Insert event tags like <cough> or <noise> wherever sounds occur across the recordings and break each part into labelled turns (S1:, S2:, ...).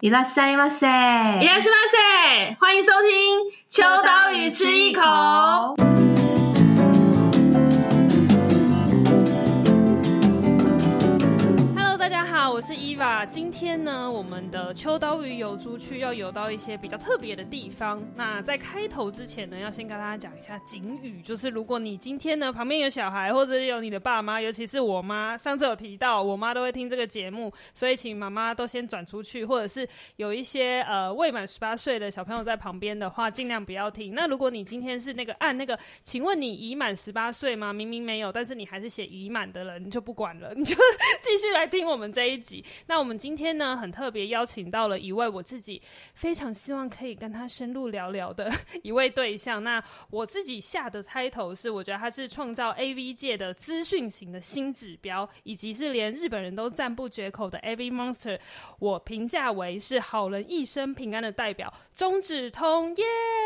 S1: 伊拉西马塞，
S2: 伊来是万岁！欢迎收听《秋刀鱼吃一口》。Hello，大家好，我是伊娃。今天呢，我们的秋刀鱼游出去要游到一些比较特别的地方。那在开头之前呢，要先跟大家讲一下警语，就是如果你今天呢旁边有小孩，或者是有你的爸妈，尤其是我妈，上次有提到，我妈都会听这个节目，所以请妈妈都先转出去，或者是有一些呃未满十八岁的小朋友在旁边的话，尽量不要听。那如果你今天是那个按那个，请问你已满十八岁吗？明明没有，但是你还是写已满的人，你就不管了，你就继续来听我们这一集。那我们今天呢，很特别邀请到了一位我自己非常希望可以跟他深入聊聊的一位对象。那我自己下的 title 是，我觉得他是创造 AV 界的资讯型的新指标，以及是连日本人都赞不绝口的 AV Monster 我评价为是好人一生平安的代表，中指通耶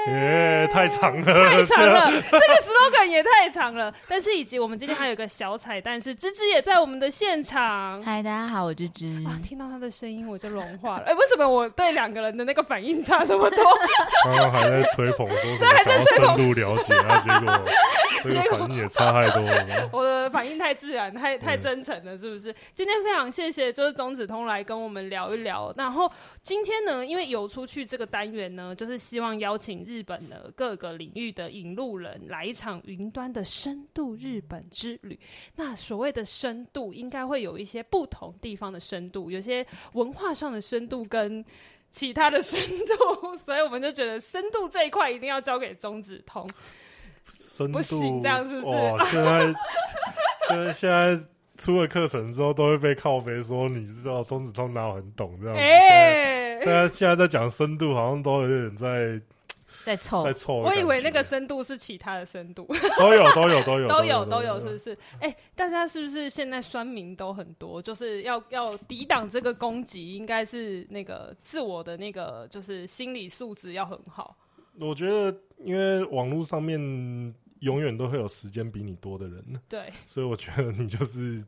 S3: 耶，哎太长
S2: <laughs>
S3: 了，啊
S2: 太长了，这个 slogan 也太长了。但是以及我们今天还有一个小彩蛋是，芝芝也在我们的现场。
S1: 嗨，大家好，我芝芝。
S2: 哇，听到他的声音我就融化了。哎、为什么我对两个人的那个反应差这么多？
S3: 这刚刚还在吹捧说什
S2: 对还
S3: 么
S2: 在
S3: 想要
S2: 吹捧
S3: 深入了解，啊，结果
S2: <laughs>
S3: 这
S2: 结果
S3: 个反应也差太多了吧。
S2: 我的反应太自然，太太
S3: 嗯
S2: 真诚了，是不是？今天非常谢谢，就是钟子通来跟我们聊一聊。然后今天呢，因为游出去这个单元呢，就是希望邀请日本的各个领域的引路人来一场云端的深度日本之旅。那所谓的深度，应该会有一些不同地方的深度，有些文化上的深度跟。其他的深度，所以我们就觉得深度这一块一定要交给钟子通。
S3: 深
S2: 不行
S3: 度
S2: 这样是不是
S3: 哇，现在现在现在出了课程之后，都会被靠背说你知道中指通哪有很懂这样子。
S2: 哎、
S3: 现在现在现在在讲深度，好像都有点在
S1: 在凑
S3: 在凑的
S2: 哦我
S3: 感觉。
S2: 以为那个深度是其他的深度，
S3: 都有都
S2: <laughs>
S3: 有都有
S2: 都有都有，是不是？哎、大家是不是现在酸民都很多？就是要要抵挡这个攻击，应该是那个自我的那个就是心理素质要很好。
S3: 我觉得，因为网络上面永远都会有时间比你多的人。
S2: 对，
S3: 所以我觉得你就是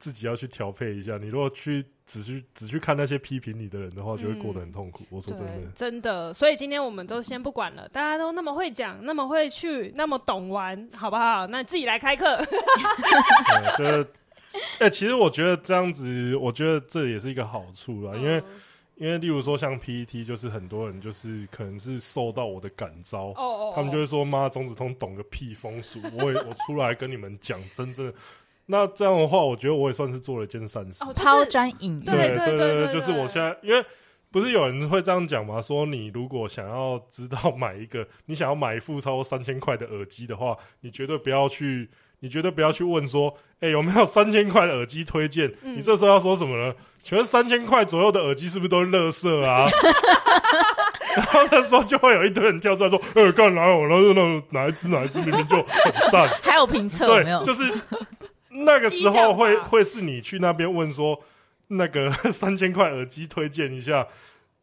S3: 自己要去调配一下。你如果去只去只去看那些批评你的人的话，就会过得很痛苦。我说真
S2: 嗯对
S3: 的，，
S2: 真的。所以今天我们都先不管了，大家都那么会讲，那么会去，那么懂玩，好不好？那自己来开课。
S3: 对啊就是，哎、其实我觉得这样子，我觉得这也是一个好处
S2: 啊
S3: 啦，因
S2: 嗯
S3: 为。因为，例如说像 PET，就是很多人就是可能是受到我的感召，
S2: <laughs> 哦哦，
S3: 他们就会说：“妈，钟子通懂个屁风俗，我也我出来跟你们讲真正的。”那这样的话，我觉得我也算是做了一件善事。
S2: 哦，
S1: 抛
S2: 就是
S1: 砖引玉，
S2: 对
S3: 对
S2: 对对
S3: 就是我现在，因为不是有人会这样讲嘛，说你如果想要知道 <laughs> 买一个，你想要买一副超过三千块的耳机的话，你绝对不要去，你绝对不要去问说，哎、有没有三千块的耳机推荐？
S2: 嗯
S3: 你这时候要说什么呢？请问三千块左右的耳机是不是都是垃圾啊？ <laughs> 然后那时候就会有一堆人跳出来说：“呃，干哪有？然后那哪一只哪一只明明就很赞，
S1: 还有评测有没有
S3: 对，？就是那个时候
S2: 激
S3: 会
S2: 将法
S3: 会是你去那边问说，那个 <laughs> 三千块耳机推荐一下，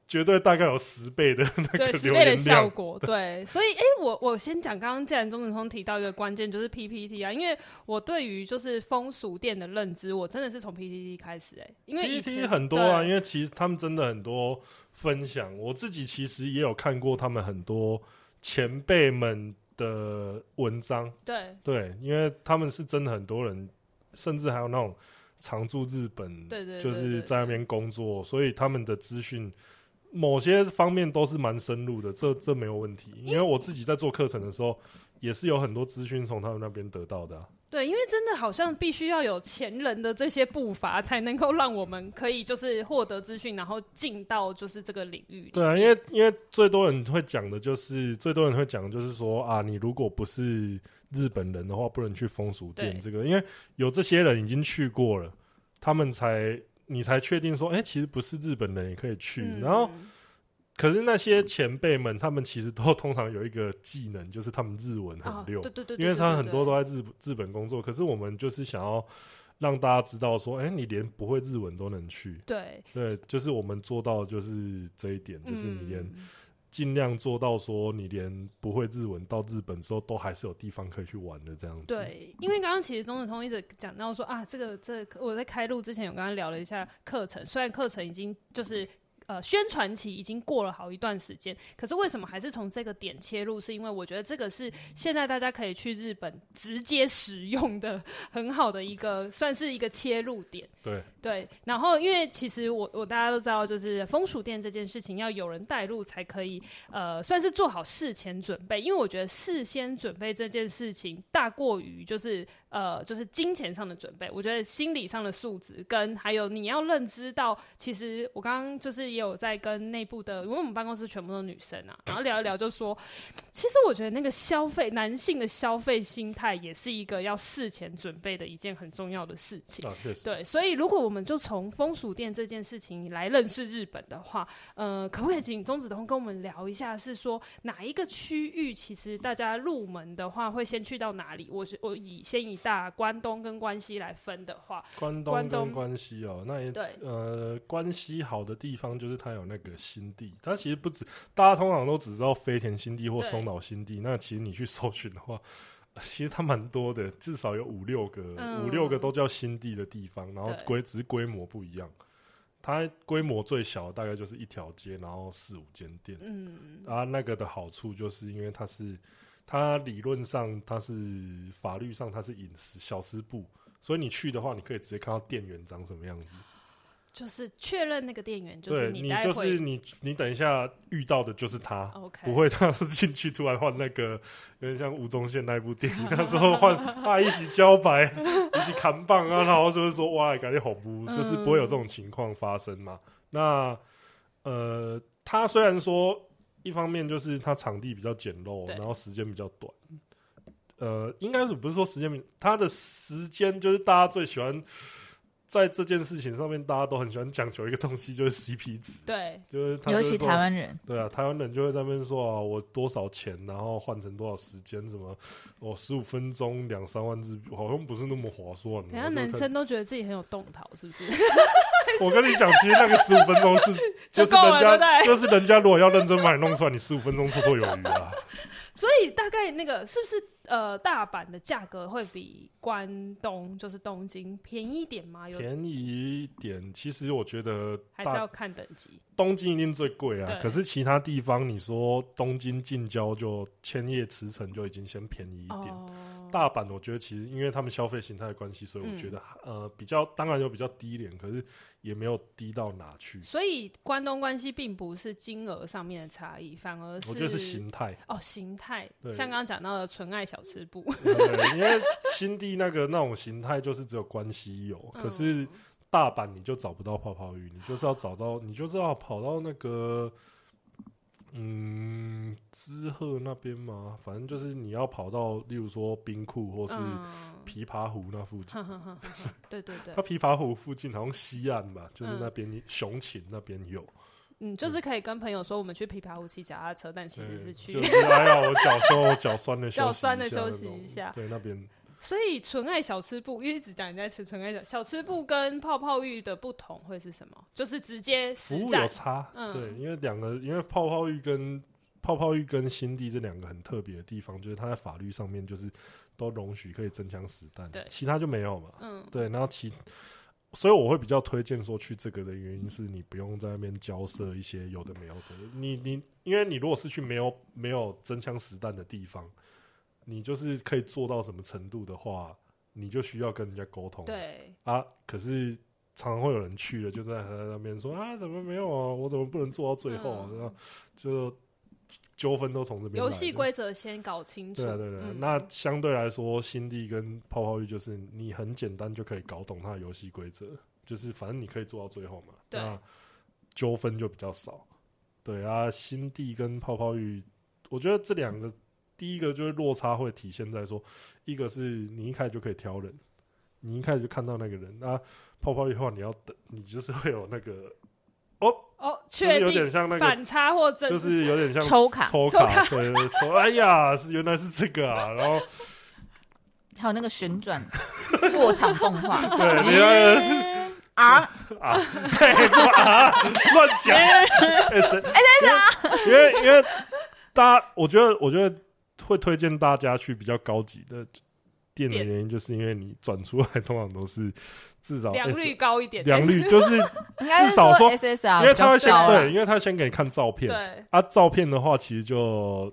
S3: 绝对大概有十倍的那个
S2: 对十
S3: 留
S2: 倍的
S3: 言
S2: 效
S3: 量。 <laughs>
S2: 果，对，所以哎、诶我我先讲，刚刚既然钟子通提到一个关键就是 PPT 啊，因为我对于就是风俗店的认知，我真的是从 PPT 开始哎、因为以
S3: PPT
S2: 前
S3: 很多啊，
S2: 对
S3: 因为其实他们真的很多分享，我自己其实也有看过他们很多前辈们的文章，
S2: 对
S3: 对，因为他们是真的很多人，甚至还有那种常驻日本，
S2: 对对对
S3: 就是在那边工作，所以他们的资讯某些方面都是蛮深入的，这这没有问题。因为我自己在做课程的时候，也是有很多资讯从他们那边得到的啊、
S2: 对，因为真的好像必须要有前人的这些步伐，才能够让我们可以就是获得资讯，然后进到就是这个领域里。
S3: 对啊，因为因为最多人会讲的就是，最多人会讲的就是说啊，你如果不是日本人的话，不能去风俗店
S2: 对
S3: 这个，因为有这些人已经去过了，他们才你才确定说，哎、其实不是日本人也可以去。
S2: 嗯
S3: 然后，可是那些前辈们，他们其实都 <laughs> 通常有一个技能，就是他们日文
S2: 啊
S3: 很溜，
S2: 对对对，对
S3: 因为他很
S2: 对对
S3: 多。都在日日本工作。可是我们就是想要让大家知道说，哎、你连不会日文都能去。
S2: 对，
S3: 对，就是我们做到的就是这一点，就是你连
S2: 嗯
S3: 尽量做到说你连不会日文到日本之后都还是有地方可以去玩的这样子。，
S2: 对，因为刚刚其实钟子通一直讲到说啊，这个这个我在开录之前有跟他聊了一下课程，虽然课程已经就是。呃宣传期已经过了好一段时间，可是为什么还是从这个点切入？是因为我觉得这个是现在大家可以去日本直接使用的很好的一个，算是一个切入点。
S3: 对
S2: 对，然后因为其实我我大家都知道，就是风俗店这件事情要有人带路才可以，呃，算是做好事前准备。因为我觉得事先准备这件事情大过于就是呃就是金钱上的准备。我觉得心理上的素质跟还有你要认知到，其实我刚刚就是也有在跟内部的，因为我们办公室全部都是女生啊，然后聊一聊就说，其实我觉得那个消费男性的消费心态也是一个要事前准备的一件很重要的事情。
S3: 啊，确实，
S2: 对，所以如果我们就从风俗店这件事情来认识日本的话，呃，可不可以请钟子通跟我们聊一下，是说哪一个区域其实大家入门的话会先去到哪里？我是我以先以大关东跟关西来分的话，
S3: 关
S2: 关
S3: 东
S2: 东
S3: 跟关西哦，那也
S2: 对
S3: 呃，关西好的地方就是它有那个新地，它其实不止，大家通常都只知道飞田新地或
S2: 对
S3: 松岛新地，那其实你去搜寻的话， <laughs> 其实它蛮多的，至少有五六个，
S2: 嗯
S3: 五六个都叫新地的地方，然后
S2: 对
S3: 规只是规模不一样，它规模最小大概就是一条街，然后四五间店，
S2: 嗯，
S3: 啊，那个的好处就是因为它是，它理论上它是法律上它是饮食小吃部，所以你去的话，你可以直接看到店员长什么样子。
S2: 就是确认那个店员就是
S3: 对
S2: 你
S3: 你
S2: 待
S3: 就
S2: 会哦
S3: 是你，你等一下遇到的就是他。
S2: OK
S3: 不会，他是进去突然换那个，有点像吴宗宪那一部电影，那时候换啊一起交白，一起扛棒啊，然后就是说哇，感觉好不，
S2: 嗯
S3: 就是不会有这种情况发生嘛。那呃，他虽然说一方面就是他场地比较简陋，
S2: 对
S3: 然后时间比较短。呃，应该是不是说时间比？他的时间就是大家最喜欢在这件事情上面，大家都很喜欢讲求一个东西，就是 CP 值。
S2: 对
S3: 就是他就
S1: 尤
S3: 是
S1: 其
S3: 说
S1: 台湾人，
S3: 对啊，台湾人就会在那边说啊，我多少钱，然后换成多少时间，什么我十五分钟两三万日币，好像不是那么划算。
S2: 等下
S3: 我就
S2: 男
S3: 看
S2: 生都觉得自己很有动头，是不是？ <laughs>
S3: <laughs> 我跟你讲，其实那个十五分钟是
S2: 就
S3: 就是
S2: 够了
S3: 人
S2: 对
S3: 家
S2: 不对
S3: 就是人家如果要认真把你弄出来，你十五分钟绰绰有余啊。
S2: 所以大概那个是不是呃，大阪的价格会比关东就是东京便宜一点吗？ <laughs> 有
S3: 便宜一点，其实我觉得
S2: 还是
S3: 大
S2: 要看等级。
S3: 东京一定最贵啊
S2: 对，
S3: 可是其他地方你说东京近郊就千叶茨城就已经先便宜一点。
S2: 哦，
S3: 大阪，我觉得其实因为他们消费形态的关系，所以我觉
S2: 嗯
S3: 得、呃比较当然有比较低廉，可是也没有低到哪去。
S2: 所以关东关西并不是金额上面的差异，反而是
S3: 我觉得是形态，
S2: 哦形态，
S3: 对
S2: 像刚刚讲到的纯爱小吃部，
S3: 对因为新地那个那种形态就是只有关西有，可是
S2: 嗯
S3: 大阪你就找不到泡泡浴，你就是要找到，你就是要跑到那个嗯滋贺那边嘛，反正就是你要跑到例如说冰库或是
S2: 嗯
S3: 琵琶湖那附近。
S2: 哼哼哼哼哼对对对
S3: 它，琵琶湖附近好像西岸吧，就是
S2: 嗯
S3: 那边、熊琴那边有，
S2: 嗯，就是可以跟朋友说我们去琵琶湖骑脚踏车，但其实是去
S3: 对就是哎呀，我脚说我脚酸了，
S2: <laughs> 脚
S3: 休息
S2: 酸了
S3: 一下
S2: 休
S3: 那
S2: 息
S3: 种
S2: 一下
S3: 对，那边
S2: <laughs> 所以纯爱小吃部，因为一直讲人家吃纯爱小小吃部跟泡泡浴的不同会是什么？就是直接实
S3: 服务有
S2: 战
S3: 差，
S2: 嗯
S3: 对，因为两个，因为泡泡浴跟泡泡浴跟新地这两个很特别的地方，就是它在法律上面就是都容许可以真枪实弹，
S2: 对
S3: 其他就没有嘛，
S2: 嗯
S3: 对，然后其。所以我会比较推荐说去这个的原因是你不用在那边交涉一些有的没有的，你你因为你如果是去没有没有真枪实弹的地方，你就是可以做到什么程度的话，你就需要跟人家沟通。
S2: 对，
S3: 啊，可是常常会有人去了，就在在那边说啊，怎么没有啊？我怎么不能做到最后、啊？
S2: 嗯
S3: 然后就纠纷都从这边来
S2: 游
S3: 的
S2: 戏规则先搞清楚。
S3: 对啊，对啊对啊、
S2: 嗯
S3: 那相对来说，新地跟泡泡浴就是你很简单就可以搞懂它的游戏规则，就是反正你可以做到最后嘛。
S2: 对
S3: 那纠纷就比较少。对啊，新地跟泡泡浴，我觉得这两个，第一个就是落差会体现在说，一个是你一开始就可以挑人，你一开始就看到那个人，那、泡泡浴的话你要等，你就是会有那个，
S2: 哦，
S3: 就是
S2: 确
S3: 有
S2: 定
S3: 点像那个
S2: 反差或真
S3: 就是有点像
S1: 抽卡
S3: 抽
S2: <laughs> 抽卡
S3: 卡，对对对抽，哎呀，是原来是这个啊，然后。
S1: 还有那个旋转过场动画，
S3: <laughs> 对你那个是
S2: <laughs>
S1: 嗯啊，
S3: 啊，对，什么啊， <laughs> 乱
S2: <laughs>
S3: 讲，哎谁哎
S2: 啊
S3: 谁因为因为因为大家，我觉得我觉得会推荐大家去比较高级的店的
S2: 店
S3: 哎原因，就是因为你转出来通常都是至少
S2: 良
S3: S-
S2: 率高一点，
S3: 良
S2: <laughs>
S3: 率就是，
S1: 应该是
S3: 至少说
S1: SSR，
S3: 因为他会先
S1: 啊比较高啦
S3: 对，因为他会先给你看照片，
S2: 对，
S3: 啊，照片的话其实就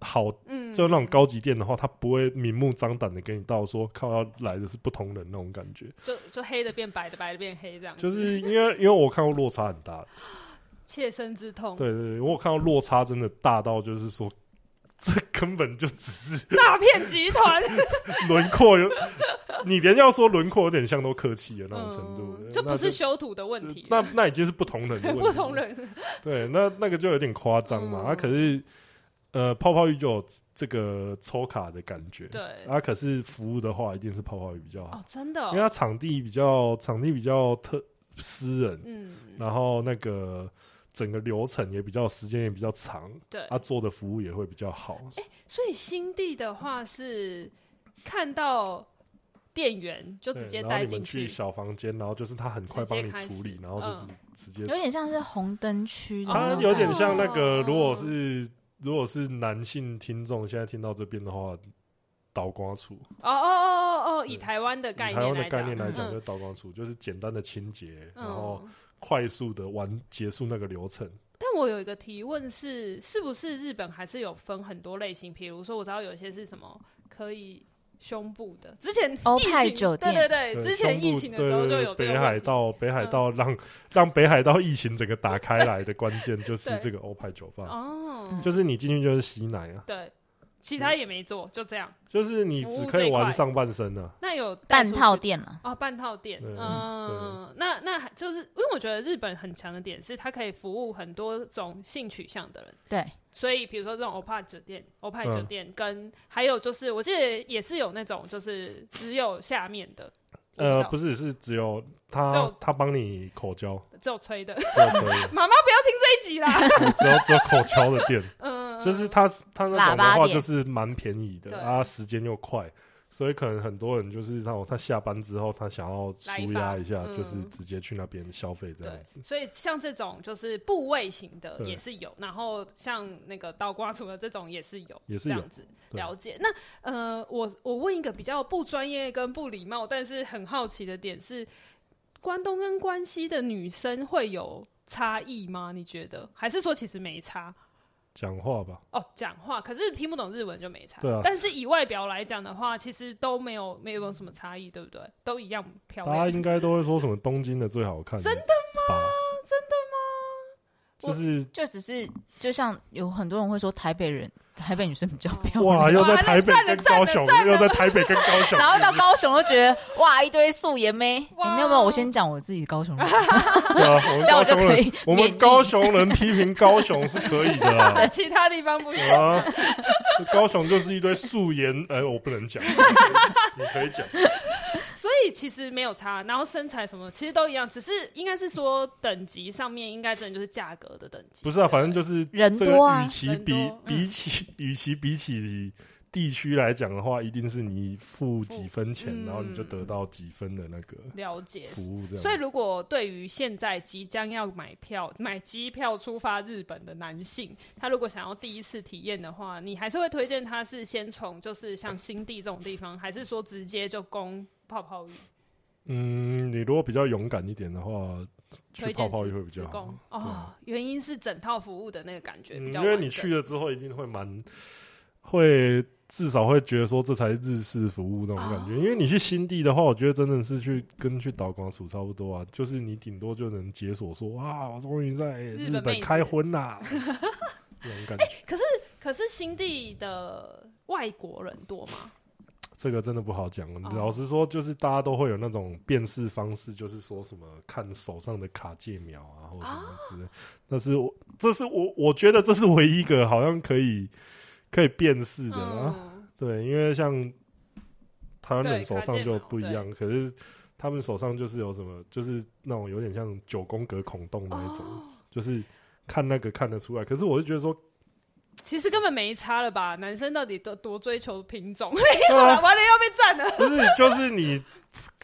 S3: 好，
S2: 嗯，
S3: 就那种高级店的话，他不会明目张胆的给你到说靠要来的是不同人那种感觉，
S2: 就就黑的变白的，白的变黑这样子，
S3: 就是因为因为我看过落差很大的，
S2: 切身之痛，
S3: 对对对，我有看到落差真的大到就是说，这根本就只是
S2: 诈骗集团
S3: 轮廓有，你连要说轮廓有点像都客气 <laughs> 的那种程度，
S2: 嗯
S3: 对
S2: 就
S3: 那
S2: 不是修图的问题，
S3: 那那已经是不同人的问题，
S2: <laughs> 不同人，
S3: 对，那那个就有点夸张嘛。
S2: 嗯
S3: 啊，可是呃，泡泡浴就有这个抽卡的感觉，
S2: 对，
S3: 啊，可是服务的话一定是泡泡浴比较好，
S2: 哦，真的
S3: 因为
S2: 哦，
S3: 它场地比较场地比较特私人，
S2: 嗯，
S3: 然后那个整个流程也比较时间也比较长，
S2: 对，
S3: 啊，做的服务也会比较好。
S2: 所以新地的话是看到店员就直
S3: 对，
S2: 接
S3: 然后
S2: 带
S3: 你
S2: 进
S3: 们去小房间，然后就是他很快
S2: 直接
S3: 帮你
S2: 开
S3: 处理
S2: 始，
S3: 然后就是直接
S1: 有点像是红灯区的那
S3: 它
S2: 嗯
S1: 种感觉，
S3: 有点像那个，
S2: 哦
S3: 如果是如果是男性听众现在听到这边的话，倒光处，
S2: 哦哦哦哦哦，以
S3: 对
S2: 台湾的
S3: 以
S2: 概
S3: 台
S2: 念
S3: 湾
S2: 来
S3: 的
S2: 讲，
S3: 概念来
S2: 嗯
S3: 讲就是倒光处，就是简单的清洁，然后
S2: 嗯，
S3: 快速的完结束那个流程。
S2: 但我有一个提问是，是不是日本还是有分很多类型？比如说，我知道有一些是什么可以胸部的，之前
S1: 欧
S2: 疫情
S1: 派哦酒店
S2: 对对对，
S3: 对
S2: 之前
S3: 胸
S2: 疫
S3: 部
S2: 情的
S3: 对
S2: 时候就
S3: 对
S2: 有这
S3: 对
S2: 个
S3: 北
S2: 问
S3: 海
S2: 题嗯
S3: 道，北海道让让北海道疫情整个打开来的关键
S2: <laughs>
S3: 就是
S2: 对
S3: 这个欧派酒吧，
S2: 哦，
S1: 嗯
S3: 就是你进去就是吸奶啊，
S2: 对，其他也没做，就这样。
S3: 就是你只可以玩上半身啊，
S2: 那有带
S1: 半
S2: 出
S1: 套
S2: 去
S1: 店了。
S2: 哦，半套店，
S3: 对
S2: 嗯，那那还就是因为我觉得日本很强的点是，它可以服务很多种性取向的人。
S1: 对，
S2: 所以，比如说这种欧派酒店、欧派
S3: 嗯
S2: 酒店，跟还有就是，我记得也是有那种就是只有下面的，
S3: 呃，不
S2: 是
S3: 是是只有
S2: 只
S3: 他
S2: 有
S3: 他帮你口交
S2: 只有吹的。
S3: 就可以了。
S2: 妈妈不要听这一集啦。
S3: 只有只有口敲的店，
S2: <laughs> 嗯，
S3: 就是它它那种
S1: 喇叭
S3: 的话
S1: 店
S3: 就是蛮便宜
S2: 对
S3: 的，啊，时间又快，所以可能很多人就是那种他下班之后他想要
S2: 来一
S3: 舒压
S2: 发
S3: 一下，
S2: 嗯
S3: 就是直接去那边消费这
S2: 对
S3: 样子，。
S2: 所以像这种就是部位型的
S3: 对
S2: 也是有，然后像那个倒挂除了这种也是有，
S3: 也是
S2: 这
S3: 有
S2: 样子
S3: 对
S2: 了解。那呃，我我问一个比较不专业跟不礼貌，但是很好奇的点是，关东跟关西的女生会有差异吗？你觉得？还是说其实没差？
S3: 讲话吧，
S2: 哦，讲话，可是听不懂日文就没差。
S3: 对啊
S2: 但是以外表来讲的话，其实都没有没有什么差异，对不对？都一样漂
S3: 大家
S2: 亮。
S3: 应
S2: <laughs>
S3: 该都会说什么东京的最好看，真的吗？真的吗？就是。
S1: 就只是就像有很多人会说台北人、台北女生比较漂亮，
S3: 哇！又在台北
S2: 赞了
S3: 跟
S2: 赞了
S3: 高雄
S2: 赞，了
S3: 又在台北跟高雄，
S1: 然后到高雄就觉得哇一堆素颜妹。
S2: 哇
S1: 欸没有没有，我先讲我自己高雄人，
S3: 对啊，我们
S1: 这样
S3: 高
S1: 我就
S3: 雄
S1: 可
S3: 人，
S1: 以
S3: 我
S1: 免
S3: 们
S1: 疫
S3: 高雄人批评高雄是可以的
S2: <laughs>
S3: 啊，
S2: 其他地方不一样。
S3: 啊，高雄就是一堆素颜，呃，我不能讲，你可以讲。
S2: 所以其实没有差，然后身材什么其实都一样，只是应该是说等级上面应该真的就是价格的等级。
S3: 不是啊，反正就是
S1: 人
S3: 这个
S1: 多啊
S3: 与其
S2: 人
S3: 比
S2: 多嗯
S3: 比起与其比起地区来讲的话，一定是你付几分钱，
S2: 嗯
S3: 然后你就得到几分的那个
S2: 了解。
S3: 服务这样。
S2: 所以如果对于现在即将要买票、买机票出发日本的男性，他如果想要第一次体验的话，你还是会推荐他是先从就是像新地这种地方，还是说直接就攻泡泡浴？
S3: 嗯，你如果比较勇敢一点的话，去
S2: 推
S3: 泡
S2: 荐
S3: 泡
S2: 直
S3: 浴会比较
S2: 直攻
S3: 好。
S2: 哦，原因是整套服务的那个感觉比
S3: 嗯，
S2: 较
S3: 因
S2: 完整、
S3: 为你去了之后一定会蛮会。至少会觉得说这才是日式服务那种感
S2: 哦
S3: 觉，因为你去新地的话，我觉得真的是去跟去岛广署差不多啊，就是你顶多就能解锁说啊，我终于在
S2: 日
S3: 日
S2: 本妹
S3: 本
S2: 子
S3: 开荤啦，
S2: <laughs>
S3: 这种感觉。
S2: 可是新地的外国人多吗？
S3: 这个真的不好讲。
S2: 哦
S3: 老实说，就是大家都会有那种辨识方式，就是说什么看手上的卡介苗啊，或者什么
S2: 哦
S3: 之类。但是我这是我我觉得这是唯一一个好像可以可以辨识的、啊。
S2: 嗯
S3: 对，因为像台湾人
S2: 对
S3: 手上就不一
S2: 卡
S3: 样，可是他们手上就是有什么，就是那种有点像九宫格孔洞那一种，
S2: 哦
S3: 就是看那个看得出来。可是我就觉得说，
S2: 其实根本没差了吧？男生到底多多追求品种？ <laughs>
S3: 对啊
S2: 完了要被占了，
S3: 不是就是你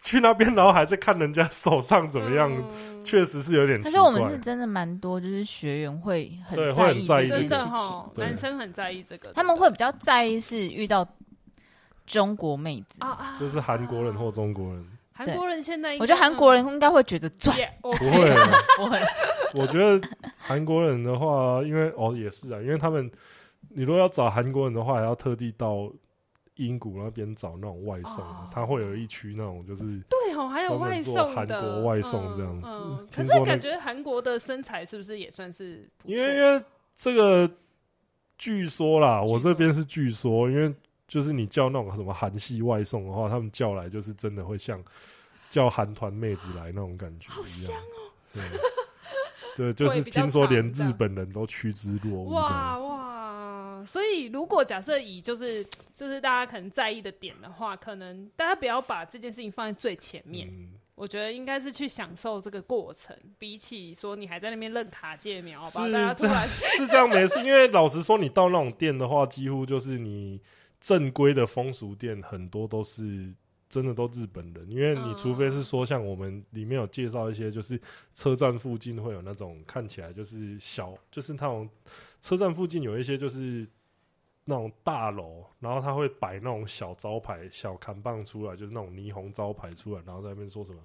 S3: 去那边，然后还在看人家手上怎么样。
S2: 嗯
S3: 确实是有点
S1: 可
S3: 奇
S1: 是
S3: 怪。
S1: 我们是真的蛮多，就是学员会很
S3: 对
S1: 在
S3: 会很
S1: 意
S3: 在
S1: 这
S3: 意
S1: 件
S2: 真
S1: 事
S2: 的
S3: 这
S2: 哈
S1: 情，，
S3: 对
S2: 男生很在意这个，
S1: 他们
S2: 对
S1: 会
S2: 不
S1: 比较在意是遇到中国妹子
S2: 对啊啊，
S3: 就是韩国人或中国人，
S2: 啊韩国人现在应该
S1: 我觉得韩国人应该会觉得赚，
S2: 也哦
S3: 不
S2: OK，
S3: 会啊。
S1: <laughs> 不会
S3: 我觉得韩国人的话，因为哦也是啊，因为他们你如果要找韩国人的话，还要特地到英国那边找那种外送的
S2: 哦，
S3: 他会有一区那种就是
S2: 对哦，还有
S3: 专门
S2: 外
S3: 做
S2: 送
S3: 韩
S2: 的
S3: 国外送这样子
S2: 嗯嗯可
S3: 听
S2: 是
S3: 说那
S2: 感觉韩国的身材是不是也算是不错？
S3: 因为因为这个据说啦，
S2: 据
S3: 我
S2: 说
S3: 这边是据说，因为就是你叫那种什么韩系外送的话，他们叫来就是真的会像叫韩团妹子来那种感觉
S2: 好
S3: 一
S2: 香
S3: 样。对，对，就
S2: 腿
S3: 是
S2: 比较
S3: 听说
S2: 长
S3: 连
S2: 这样
S3: 日本人都趋之若鹜这
S2: 哇
S3: 样子。
S2: 哇！所以如果假设以就是就是大家可能在意的点的话，可能大家不要把这件事情放在最前面。
S3: 嗯，
S2: 我觉得应该是去享受这个过程，比起说你还在那边认卡介苗，把
S3: 是
S2: 大家突然
S3: 是这样没错，因为老实说，你到那种店的话，几乎就是你正规的风俗店，很多都是真的都日本人，因为你
S2: 嗯
S3: 除非是说像我们里面有介绍一些，就是车站附近会有那种看起来就是小，就是那种车站附近有一些就是。那种大楼，然后他会摆那种小招牌、小扛棒出来，就是那种霓虹招牌出来，然后在那边说什么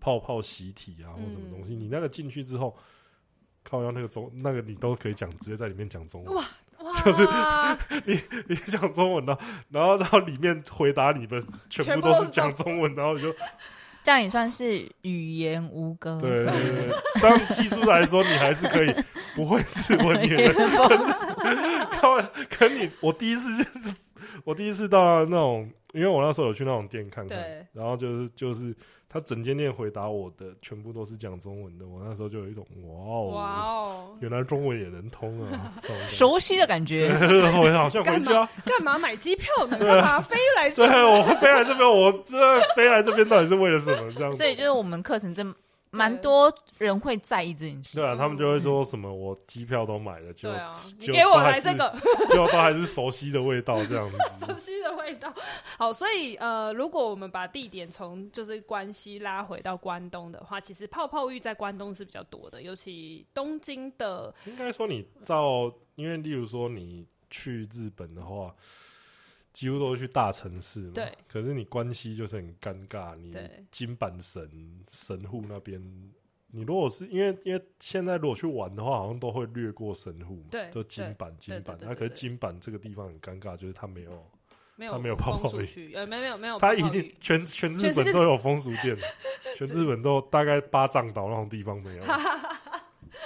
S3: 泡泡习体啊，或什么东西。
S2: 嗯
S3: 你那个进去之后，靠腰那个中那个你都可以讲，直接在里面讲中文，
S2: 哇，
S3: 就是 <laughs> 你讲中文然后然后到里面回答你们全
S2: 全
S3: 部
S2: 部
S3: 都
S2: 都
S3: 是
S2: 是
S3: 讲中文，然后你就
S1: 这样也算是语言无隔。
S3: 对对对，对这样技术来说你还是可以不会是文言的，可是靠可你我第一次就是 <laughs> 我第一次到那种，因为我那时候有去那种店看看
S2: 对，
S3: 然后就是就是他整间店回答我的全部都是讲中文的，我那时候就有一种哇哦。
S2: 哇哦，
S3: 原来中文也能通啊！这种感觉 <laughs>
S1: <laughs> 熟悉的感觉，
S3: 我好想回
S2: 干
S3: 家
S2: 嘛。干嘛买机票呢？
S3: 对啊
S2: 干嘛飞来这
S3: 对，？ <laughs> 我飞来这边，我这飞来这边到底是为了什么？这样子，
S1: <laughs> 所以就是我们课程真蛮多人会在意这件事。
S3: 对啊，他们就会说什么我机票都买了，结
S2: 对
S3: 果
S2: 啊，你
S3: 就
S2: 给我
S3: 都还
S2: 来这
S3: 是
S2: 个，
S3: <laughs> 结果都还是熟悉的味道这样
S2: <laughs>
S3: 子
S2: 熟。悉的味道。好，所以呃，如果我们把地点从就是关西拉回到关东的话，其实泡泡浴在关东是比较多的，尤其东京的
S3: 应该说你到，因为例如说你去日本的话，几乎都是去大城市嘛。
S2: 对。
S3: 可是你关系就是很尴尬，你
S2: 对
S3: 金板神神户那边，你如果是因为因为现在如果去玩的话，好像都会略过神户嘛。
S2: 对
S3: 就金
S2: 对
S3: 板金
S2: 对
S3: 板，
S2: 对对
S3: 那可是
S2: 对
S3: 金板这个地方很尴尬，就是它没有。
S2: 没有
S3: 它没有泡泡
S2: 风俗
S3: 浴
S2: 区，呃，没有没有没有泡
S3: 他
S2: 泡
S3: 一定
S2: 浴，
S3: 全全日
S2: 全世
S3: 本
S2: 界
S3: 都有风俗
S2: <laughs>
S3: 店，全日本都有大概八丈岛那种地方
S2: <laughs>
S3: 没有。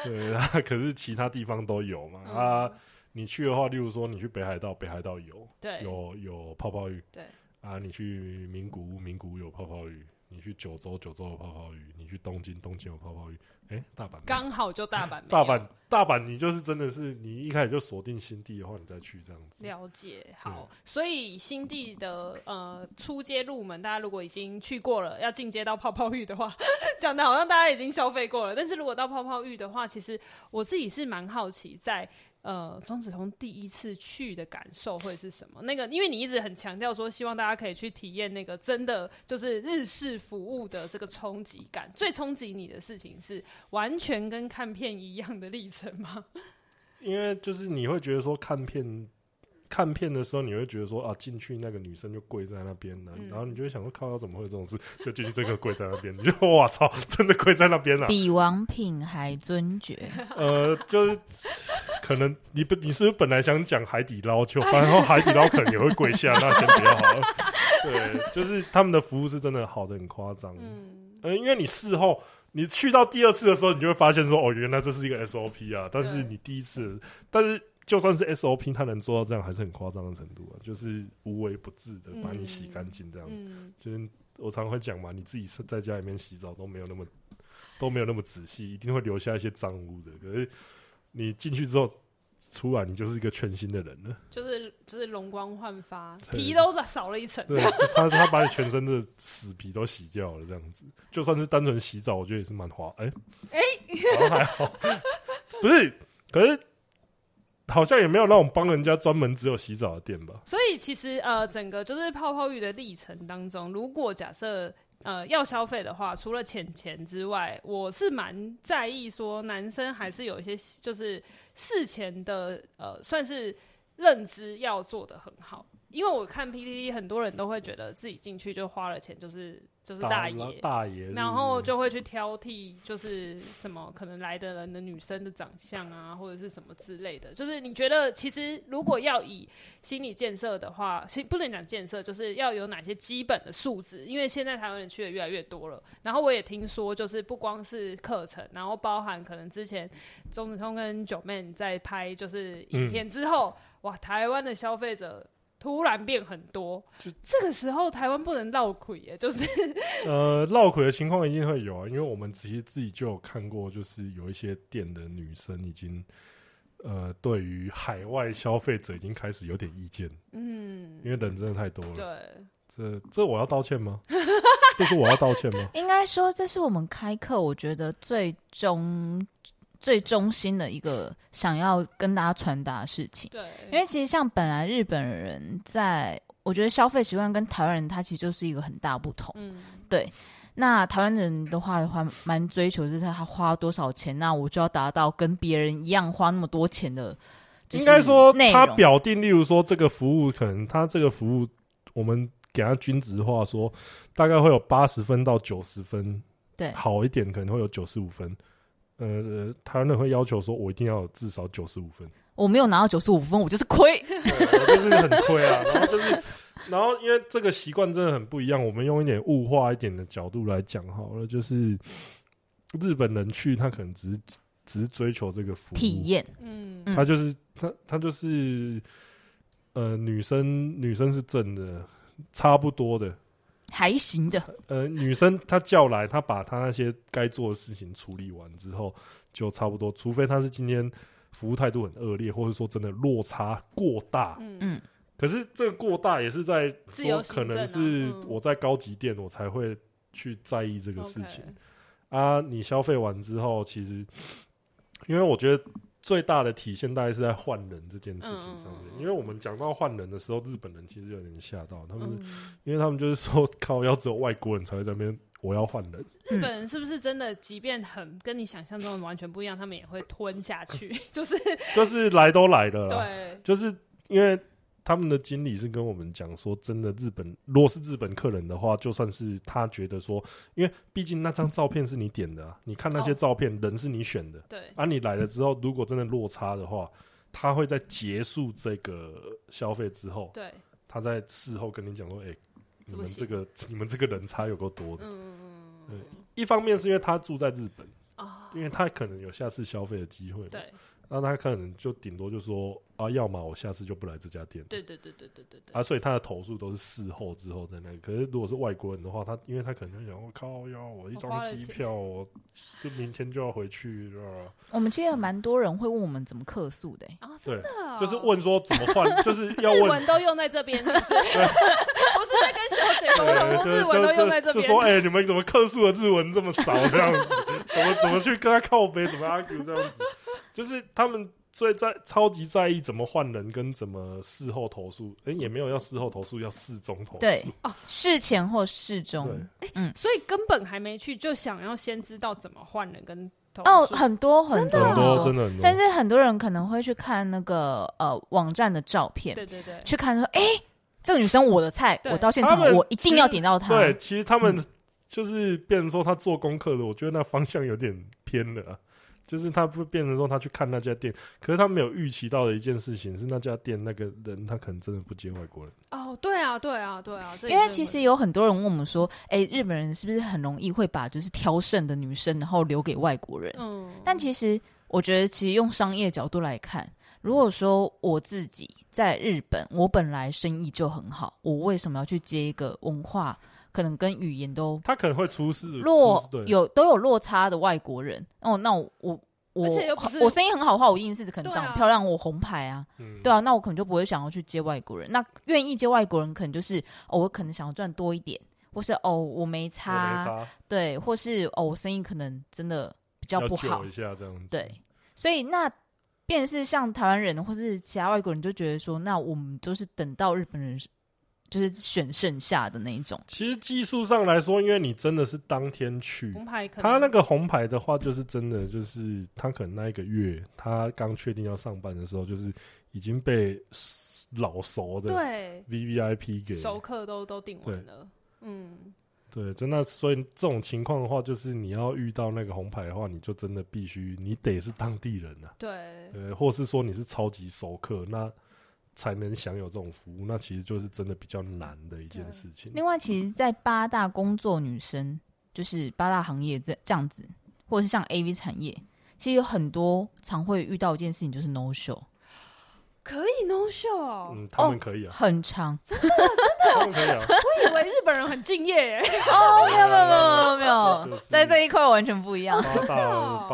S3: 对，啊可是其他地方都有
S2: 嗯
S3: 嘛。啊，你去的话，例如说你去北海道，北海道有
S2: 对
S3: 有有泡泡浴。
S2: 对
S3: 啊，你去名古屋，名古屋有泡泡浴。你去九州，九州有泡泡浴。你去东京，东京有泡泡浴。哎、大阪没有
S2: 刚好就大阪没有，
S3: 大阪大阪，你就是真的是你一开始就锁定新地的话，你再去这样子。
S2: 了解，好，所以新地的呃初阶入门，大家如果已经去过了，要进阶到泡泡浴的话， <laughs> 讲的好像大家已经消费过了，但是如果到泡泡浴的话，其实我自己是蛮好奇在，呃庄子通第一次去的感受会是什么？那个，因为你一直很强调说，希望大家可以去体验那个真的就是日式服务的这个冲击感。最冲击你的事情是完全跟看片一样的历程吗？
S3: 因为就是你会觉得说看片，看片的时候你会觉得说啊，进去那个女生就跪在那边了、
S2: 嗯
S3: 然后你就会想说靠，怎么会有这种事？就进去这个跪在那边，你就哇操，真的跪在那边了、
S1: 比王品还尊爵，
S3: 呃，就是可能你不你是不是本来想讲海底捞，就发现哦海底捞可能也会跪下，那先不要好了。 <laughs> 对，就是他们的服务是真的好的很夸张。
S2: 嗯。
S3: 呃，因为你事后你去到第二次的时候，你就会发现说，哦，原来这是一个 SOP 啊。但是
S2: 对
S3: 你第一次，但是就算是 SOP，它能做到这样，还是很夸张的程度啊，就是无微不至的把你洗干净这样。
S2: 嗯
S3: 就是我常会讲嘛，你自己是在家里面洗澡都没有那么都没有那么仔细，一定会留下一些脏污的。可是你进去之后。出来，你就是一个全新的人了。
S2: 就是就是容光焕发，
S3: 对
S2: 皮都少了一层。
S3: 对他，他把你全身的死皮都洗掉了，这样子，就算是单纯洗澡，我觉得也是蛮滑。哎、
S2: 哎、
S3: 好像还好，不是，可是好像也没有那种帮人家专门只有洗澡的店吧？
S2: 所以其实呃，整个就是泡泡浴的历程当中，如果假设呃要消费的话，除了钱钱之外，我是蛮在意说男生还是有一些就是事前的呃算是认知要做的很好。因为我看 PTT 很多人都会觉得自己进去就花了钱，就是就是大爷，
S3: 大爷是不是，
S2: 然后就会去挑剔，就是什么可能来的人的女生的长相啊，或者是什么之类的。就是你觉得，其实如果要以心理建设的话，其实不能讲建设，就是要有哪些基本的素质。因为现在台湾人去的越来越多了，然后我也听说，就是不光是课程，然后包含可能之前钟子通跟九妹在拍就是
S3: 嗯
S2: 影片之后，哇，台湾的消费者。突然变很多
S3: 就，
S2: 这个时候台湾不能绕轨耶，就是
S3: 呃，绕腿的情况一定会有啊，因为我们其实自己就有看过，就是有一些店的女生已经呃，对于海外消费者已经开始有点意见，
S2: 嗯，
S3: 因为人真的太多了。
S2: 对，
S3: 这这我要道歉吗？ <laughs> 这是我要道歉吗？
S1: 应该说，这是我们开课，我觉得最终最中心的一个想要跟大家传达的事情。
S2: 对，
S1: 因为其实像本来日本人在，我觉得消费习惯跟台湾人他其实就是一个很大不同。
S2: 嗯，
S1: 那台湾人的话，还蛮追求就是他花多少钱，那我就要达到跟别人一样花那么多钱的。就
S3: 应
S1: 是
S3: 该说，
S1: 内
S3: 他
S1: 容
S3: 表定，例如说这个服务，可能他这个服务，我们给他均值化说，大概会有八十分到九十分，
S1: 对
S3: 好一点可能会有九十五分。呃，呃台湾人会要求说，我一定要有至少九十五
S1: <laughs>
S3: 分，
S1: 我没有拿到九十五分，我就是亏。
S3: 对我就是很亏啊。然后就是，然后因为这个习惯真的很不一样，我们用一点物化一点的角度来讲好了，就是日本人去，他可能只是只是追求这个服务
S1: 体验，
S2: 嗯
S1: 嗯
S3: 他就是他他就是呃，女生女生是正的，差不多的。
S1: 还行的，
S3: 呃，女生她叫来，她把她那些该做的事情处理完之后，就差不多。除非她是今天服务态度很恶劣，或者说真的落差过大。
S2: 嗯
S1: 嗯，
S3: 可是这个过大也是在
S2: 自由
S3: 说，
S2: 行
S3: 可能
S2: 政啊
S3: 是
S2: 嗯
S3: 我在高级店我才会去在意这个事
S2: OK
S3: 情。啊，你消费完之后，其实因为我觉得最大的体现大概是在换人这件事情上面。
S2: 嗯嗯嗯
S3: 因为我们讲到换人的时候，日本人其实有点吓到他们，
S2: 嗯，
S3: 因为他们就是说靠，要只有外国人才会在那边我要换人，
S2: 日本人是不是真的，即便很跟你想象中的完全不一样，他们也会吞下
S3: <laughs>
S2: 去？就是
S3: 就是来都来了啦，
S2: 对，
S3: 就是因为。他们的经理是跟我们讲说，真的，日本如果是日本客人的话，就算是他觉得说，因为毕竟那张照片是你点的、啊，你看那些
S2: 哦
S3: 照片，人是你选的，
S2: 对，
S3: 啊，你来了之后，如果真的落差的话，他会在结束这个消费之后，
S2: 对，
S3: 他在事后跟你讲说：“哎、你
S2: 不
S3: 们
S2: 行
S3: 这个你们这个人差有够多的。
S2: 嗯
S3: 对，一方面是因为他住在日本，
S2: 啊，
S3: 因为他可能有下次消费的机会嘛，
S2: 对，
S3: 那他可能就顶多就说：“啊，要么我下次就不来这家店。”
S2: 对对对对对对对，
S3: 啊，所以他的投诉都是事后之后在那里。可是如果是外国人的话，他因为他可能就想：“我靠要我一
S2: 我花
S3: 张
S2: 了
S3: 机
S2: 钱
S3: 票，我就明天就要回去，是吧？”
S1: 我们其实有蛮多人会问我们怎么客诉的、欸
S2: 啊，真的哦，
S3: 就是问说怎么换，就是要
S2: <laughs> 日
S3: 问
S2: 文都用在这边，是不是 <laughs> 不是在跟小 <laughs> 姐沟
S3: 对，
S2: 通，
S3: 就
S2: 日文都
S3: 就
S2: 用在这
S3: 就
S2: 边
S3: 说，哎、你们怎么客诉的日文这么少？这样子，怎么怎么去跟他靠背，怎么 argue 这样子？就是他们最在超级在意怎么换人跟怎么事后投诉，哎、也没有要事后投诉，要事中投诉。
S1: 对，事前或事中
S3: 对
S2: 所以根本还没去，就想要先知道怎么换人跟投
S1: 哦，
S2: 诉
S1: 很多很
S2: 真的
S1: 多
S2: 啊
S3: 很多真
S1: 很多，
S3: 的很
S1: 甚
S3: 多。
S1: 至很多人可能会去看那个呃网站的照片，
S2: 对对对，
S1: 去看说，哎、这个女生我的菜，
S2: 对
S1: 我到现
S3: 他
S1: 场
S3: 们
S1: 我一定要点到她。
S3: 对，其实他们
S1: 嗯
S3: 就是变成说他做功课的，我觉得那方向有点偏了、啊。就是他不变成说他去看那家店，可是他没有预期到的一件事情是那家店那个人他可能真的不接外国人。
S2: 哦，对啊，对啊，对啊，这
S1: 因
S2: 也
S1: 为
S2: 是
S1: 其
S2: 会
S1: 实有很多人问我们说，哎、日本人是不是很容易会把就是挑剩的女生，然后留给外国人？
S2: 嗯，
S1: 但其实我觉得，其实用商业角度来看，如果说我自己在日本，我本来生意就很好，我为什么要去接一个文化可能跟语言都
S3: 他可能会出事，
S1: 落
S3: 出事对
S1: 有都有落差的外国人？哦，那我我。我
S2: 而且又不是
S1: 我生意很好的话，我一定是可能
S2: 对
S1: 长
S2: 啊
S1: 漂亮，我红牌啊，
S3: 嗯
S1: 对啊，那我可能就不会想要去接外国人。那愿意接外国人，可能就是哦，我可能想要赚多一点，或是哦我没
S3: 我没
S1: 差，
S3: 差，
S1: 对，或是哦我生意可能真的比较
S3: 要
S1: 不好
S3: 救一，下这样子。
S1: 对，所以那便是像台湾人或是其他外国人就觉得说，那我们就是等到日本人就是选剩下的那一种。
S3: 其实技术上来说，因为你真的是当天去，
S1: 嗯
S2: 红牌可能
S3: 他那个红牌的话，就是真的，就是他可能那一个月，他刚确定要上班的时候，就是已经被老熟的
S2: 对
S3: V V I P 给
S2: 熟客都都订完了，嗯，
S3: 对，真的，所以这种情况的话，就是你要遇到那个红牌的话，你就真的必须，你得是当地人呐、
S2: 对，
S3: 呃，或是说你是超级熟客，那才能享有这种服务，那其实就是真的比较难的一件
S2: 对
S3: 事情。嗯
S1: 另外，其实，在八大工作女生，就是八大行业这这样子，或者是像 A V 产业，其实有很多常会遇到一件事情，就是 no show，
S2: 可以 no show，哦、
S3: 嗯，他们可以啊，
S1: 很长。
S3: 他们
S2: <laughs>
S3: 可以啊，
S2: 我以为日本人很敬业
S3: <laughs>
S2: 耶，
S1: 哦，没有没有没有没有没
S3: 就
S1: 有
S3: 是，
S1: 在这一块完全不一样。
S3: 八大八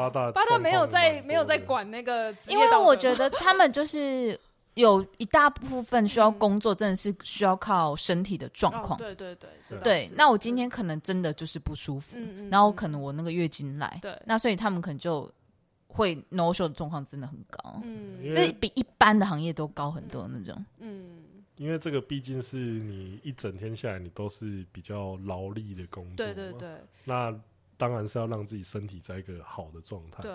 S3: 大
S2: 哦巴大没有
S3: 状况蛮多
S2: 在
S3: 的
S2: 没有在，管那个职业
S1: 因
S2: 道德，
S1: 为我觉得他们就是有一大部分需要工作，真的是需要靠身体的状
S2: 哦
S1: 况。
S2: 对对对，这倒
S1: 对
S2: 是，
S1: 那我今天可能真的就是不舒服，
S2: 嗯嗯，
S1: 然后
S2: 嗯
S1: 可能我那个月经来，
S2: 对
S1: 那所以他们可能就会 no show 的状况真的很高，
S2: 嗯
S3: 因
S1: 这
S3: 为
S1: 比一般的行业都高很多的那种。
S2: 嗯，
S3: 因为这个毕竟是你一整天下来，你都是比较劳力的工作，
S2: 对对，对
S3: 那当然是要让自己身体在一个好的状态。
S2: 对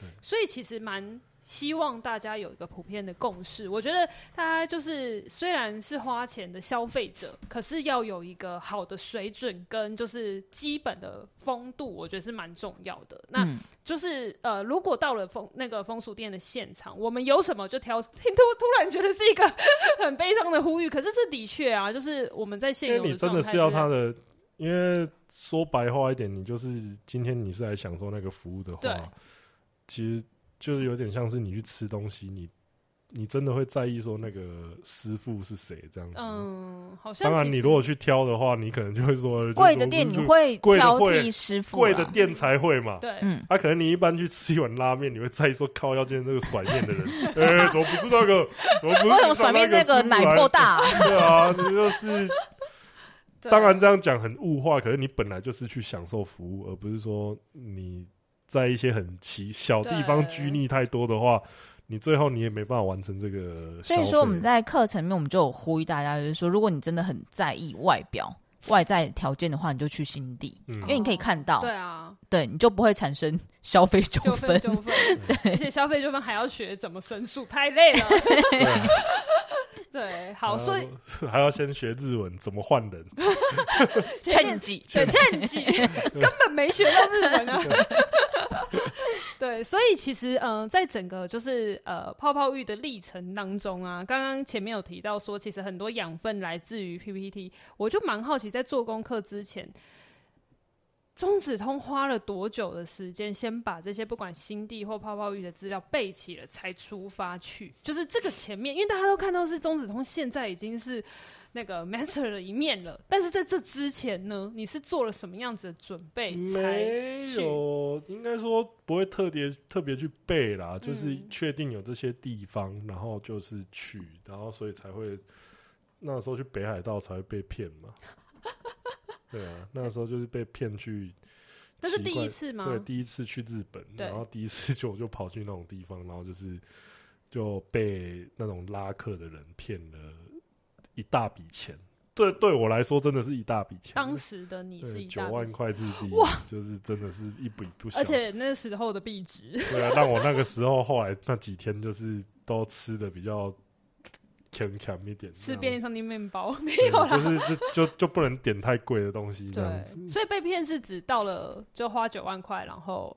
S3: 对，
S2: 所以其实蛮。希望大家有一个普遍的共识。我觉得大家就是虽然是花钱的消费者，可是要有一个好的水准跟就是基本的风度，我觉得是蛮重要的。那
S1: 嗯
S2: 就是呃，如果到了风那个风俗店的现场，我们有什么就挑。突突然觉得是一个 <laughs> 很悲伤的呼吁，可是这的确啊，就是我们在现
S3: 因
S2: 有
S3: 为
S2: 的
S3: 你真的
S2: 状态
S3: 是要
S1: 啊
S2: 之
S3: 他
S2: 下
S3: 的，因为说白话一点，你就是今天你是来享受那个服务的
S2: 对
S3: 话，其实就是有点像是你去吃东西，你你真的会在意说那个师傅是谁这样子。
S2: 嗯，好像
S3: 当然，
S2: 其
S3: 你
S2: 实
S3: 如果去挑的话，你可能就会说就
S1: <laughs> 贵
S3: 是
S1: 的
S3: 我
S1: 店
S3: 就
S1: 你
S3: 是
S1: 会啊
S3: 贵的
S1: 挑
S3: 会
S1: 剔师傅
S3: 贵的
S1: 啦，
S3: 店才会嘛。
S2: 对，
S1: 嗯，
S3: 啊，可能你一般去吃一碗拉面，你会在意说靠，要见这个甩面的人， <laughs> 哎、怎么不是那个？怎么不是
S1: 为什么
S3: 那
S1: 甩面那个
S3: 个师傅
S1: 奶
S3: 来
S1: 不够？大啊？
S3: <laughs> 对啊，你就是
S2: 对
S3: 当然这样讲很物化，可是你本来就是去享受服务，而不是说你在一些很奇小地方
S2: 对
S3: 拘泥太多的话，你最后你也没办法完成这个消
S1: 所
S3: 费。
S1: 以说我们在课程里面，我们就有呼吁大家，就是说，如果你真的很在意外表、外在条件的话，你就去心地，
S3: 嗯
S1: <laughs> 因为你可以看到，
S2: 对啊，
S1: 对你就不会产生 <laughs> 消费
S2: 纠
S1: 纠
S2: 纷
S1: 纷。 <laughs>
S2: 纠纷，而且消费纠纷还要学怎么申诉，太累了。 <laughs>
S3: 对啊
S2: 对，好，
S3: 还要
S2: 所以
S3: <laughs> 还要先学日文怎么换人，
S1: <laughs>
S2: 前面
S1: 趁机，
S2: 对，趁机根本没学到日文啊。对，所以其实嗯、呃在整个就是呃泡泡浴的历程当中啊，刚刚前面有提到说，其实很多养分来自于 PPT，我就蛮好奇，在做功课之前。钟子通花了多久的时间，先把这些不管新地或泡泡浴的资料背齐了，才出发去？就是这个前面，因为大家都看到是钟子通现在已经是那个 <laughs> master 的一面了，但是在这之前呢，你是做了什么样子的准备才？
S3: 没有，应该说不会特别特别去背啦，就是
S2: 嗯
S3: 确定有这些地方，然后就是去，然后所以才会那时候去北海道才会被骗
S2: <laughs>
S3: 嘛。对啊，那时候就是被骗去，
S2: 那是
S3: 奇
S2: 第
S3: 怪
S2: 一次吗？
S3: 对，第一次去日本，
S2: 对
S3: 然后第一次就我就跑去那种地方，然后就是就被那种拉客的人骗了一大笔钱。对，对我来说真的是一大笔钱，
S2: 当时的你是
S3: 对，
S2: 一
S3: 九
S2: 大
S3: 万
S2: 笔
S3: 块日币，就是真的是一笔不小。
S2: 而且那时候的币值，
S3: 对啊，让我那个时候后来那几天就是都吃的比较强强一点，
S2: 吃
S3: 这
S2: 便利
S3: 样
S2: 商店面包没
S3: 对
S2: 有啦。
S3: 就是就就就不能点太贵的东西这样子。
S2: 对，所以被骗是指到了就花九万块，然后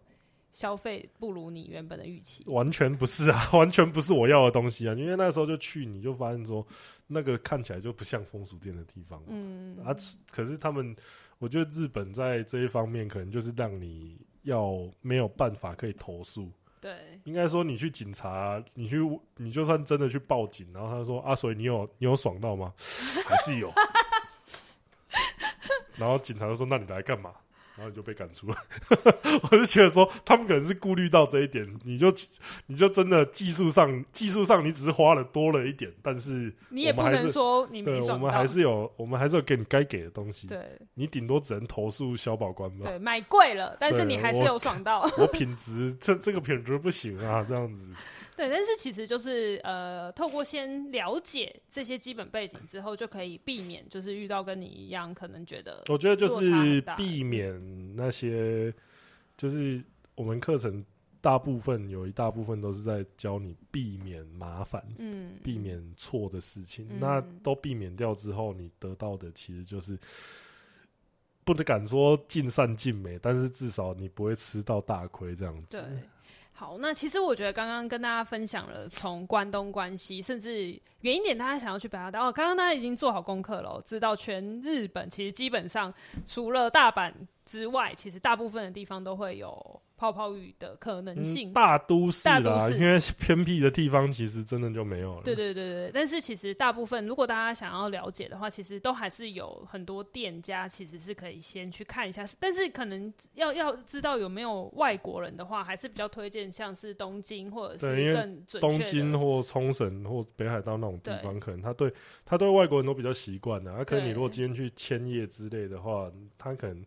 S2: 消费不如你原本的预期。
S3: 完全不是啊， <laughs> 完全不是我要的东西啊！因为那时候就去，你就发现说，那个看起来就不像风俗店的地方、
S2: 嗯，
S3: 啊。可是他们，我觉得日本在这一方面可能就是让你要没有办法可以投诉，
S2: 对，
S3: 应该说你去警察，你去你就算真的去报警，然后他说啊，所以你有你有爽到吗？ <laughs> 还是有。然后警察就说：“那你来干嘛？”然后你就被赶出来。 <laughs> 我就觉得说，他们可能是顾虑到这一点，你就你就真的技术上技术上你只是花了多了一点，但是
S2: 你也
S3: 我们
S2: 不
S3: 还
S2: 能
S3: 是
S2: 说你没
S3: 对我
S2: 爽
S3: 们
S2: 到
S3: 还。是有我们还是有给你该给的东西，
S2: 对
S3: 你顶多只能投诉消保官吧。
S2: 对，买贵了，但是
S3: 对
S2: 你还是
S3: 我
S2: 有爽到。 <laughs>
S3: 我品质这这个品质不行啊，这样子。
S2: 对，但是其实就是呃，透过先了解这些基本背景之后，就可以避免就是遇到跟你一样可能觉得
S3: 我觉得就
S2: 落差
S3: 是
S2: 很大嗯
S3: 避免那些，就是我们课程大部分有一大部分都是在教你避免麻烦、
S2: 嗯
S3: 避免错的事情。
S2: 嗯
S3: 那都避免掉之后，你得到的其实就是不能敢说尽善尽美，但是至少你不会吃到大亏这样子。
S2: 对。好，那其实我觉得刚刚跟大家分享了从关东、关西，甚至远一点，大家想要去北海道。哦，刚刚大家已经做好功课了哦，知道全日本其实基本上除了大阪之外，其实大部分的地方都会有泡泡浴的可能性。
S3: 嗯、大都市
S2: 大
S3: 啦，
S2: 都市
S3: 因为偏僻的地方其实真的就没有了。
S2: 对对对对，但是其实大部分，如果大家想要了解的话，其实都还是有很多店家其实是可以先去看一下，但是可能要要知道有没有外国人的话，还是比较推荐像是东京或者
S3: 对因为
S2: 是更准确的
S3: 东京或冲绳或北海道那种地方，可能他对他对外国人都比较习惯的。啊，可能你
S2: 对
S3: 如果今天去千叶之类的话，他可能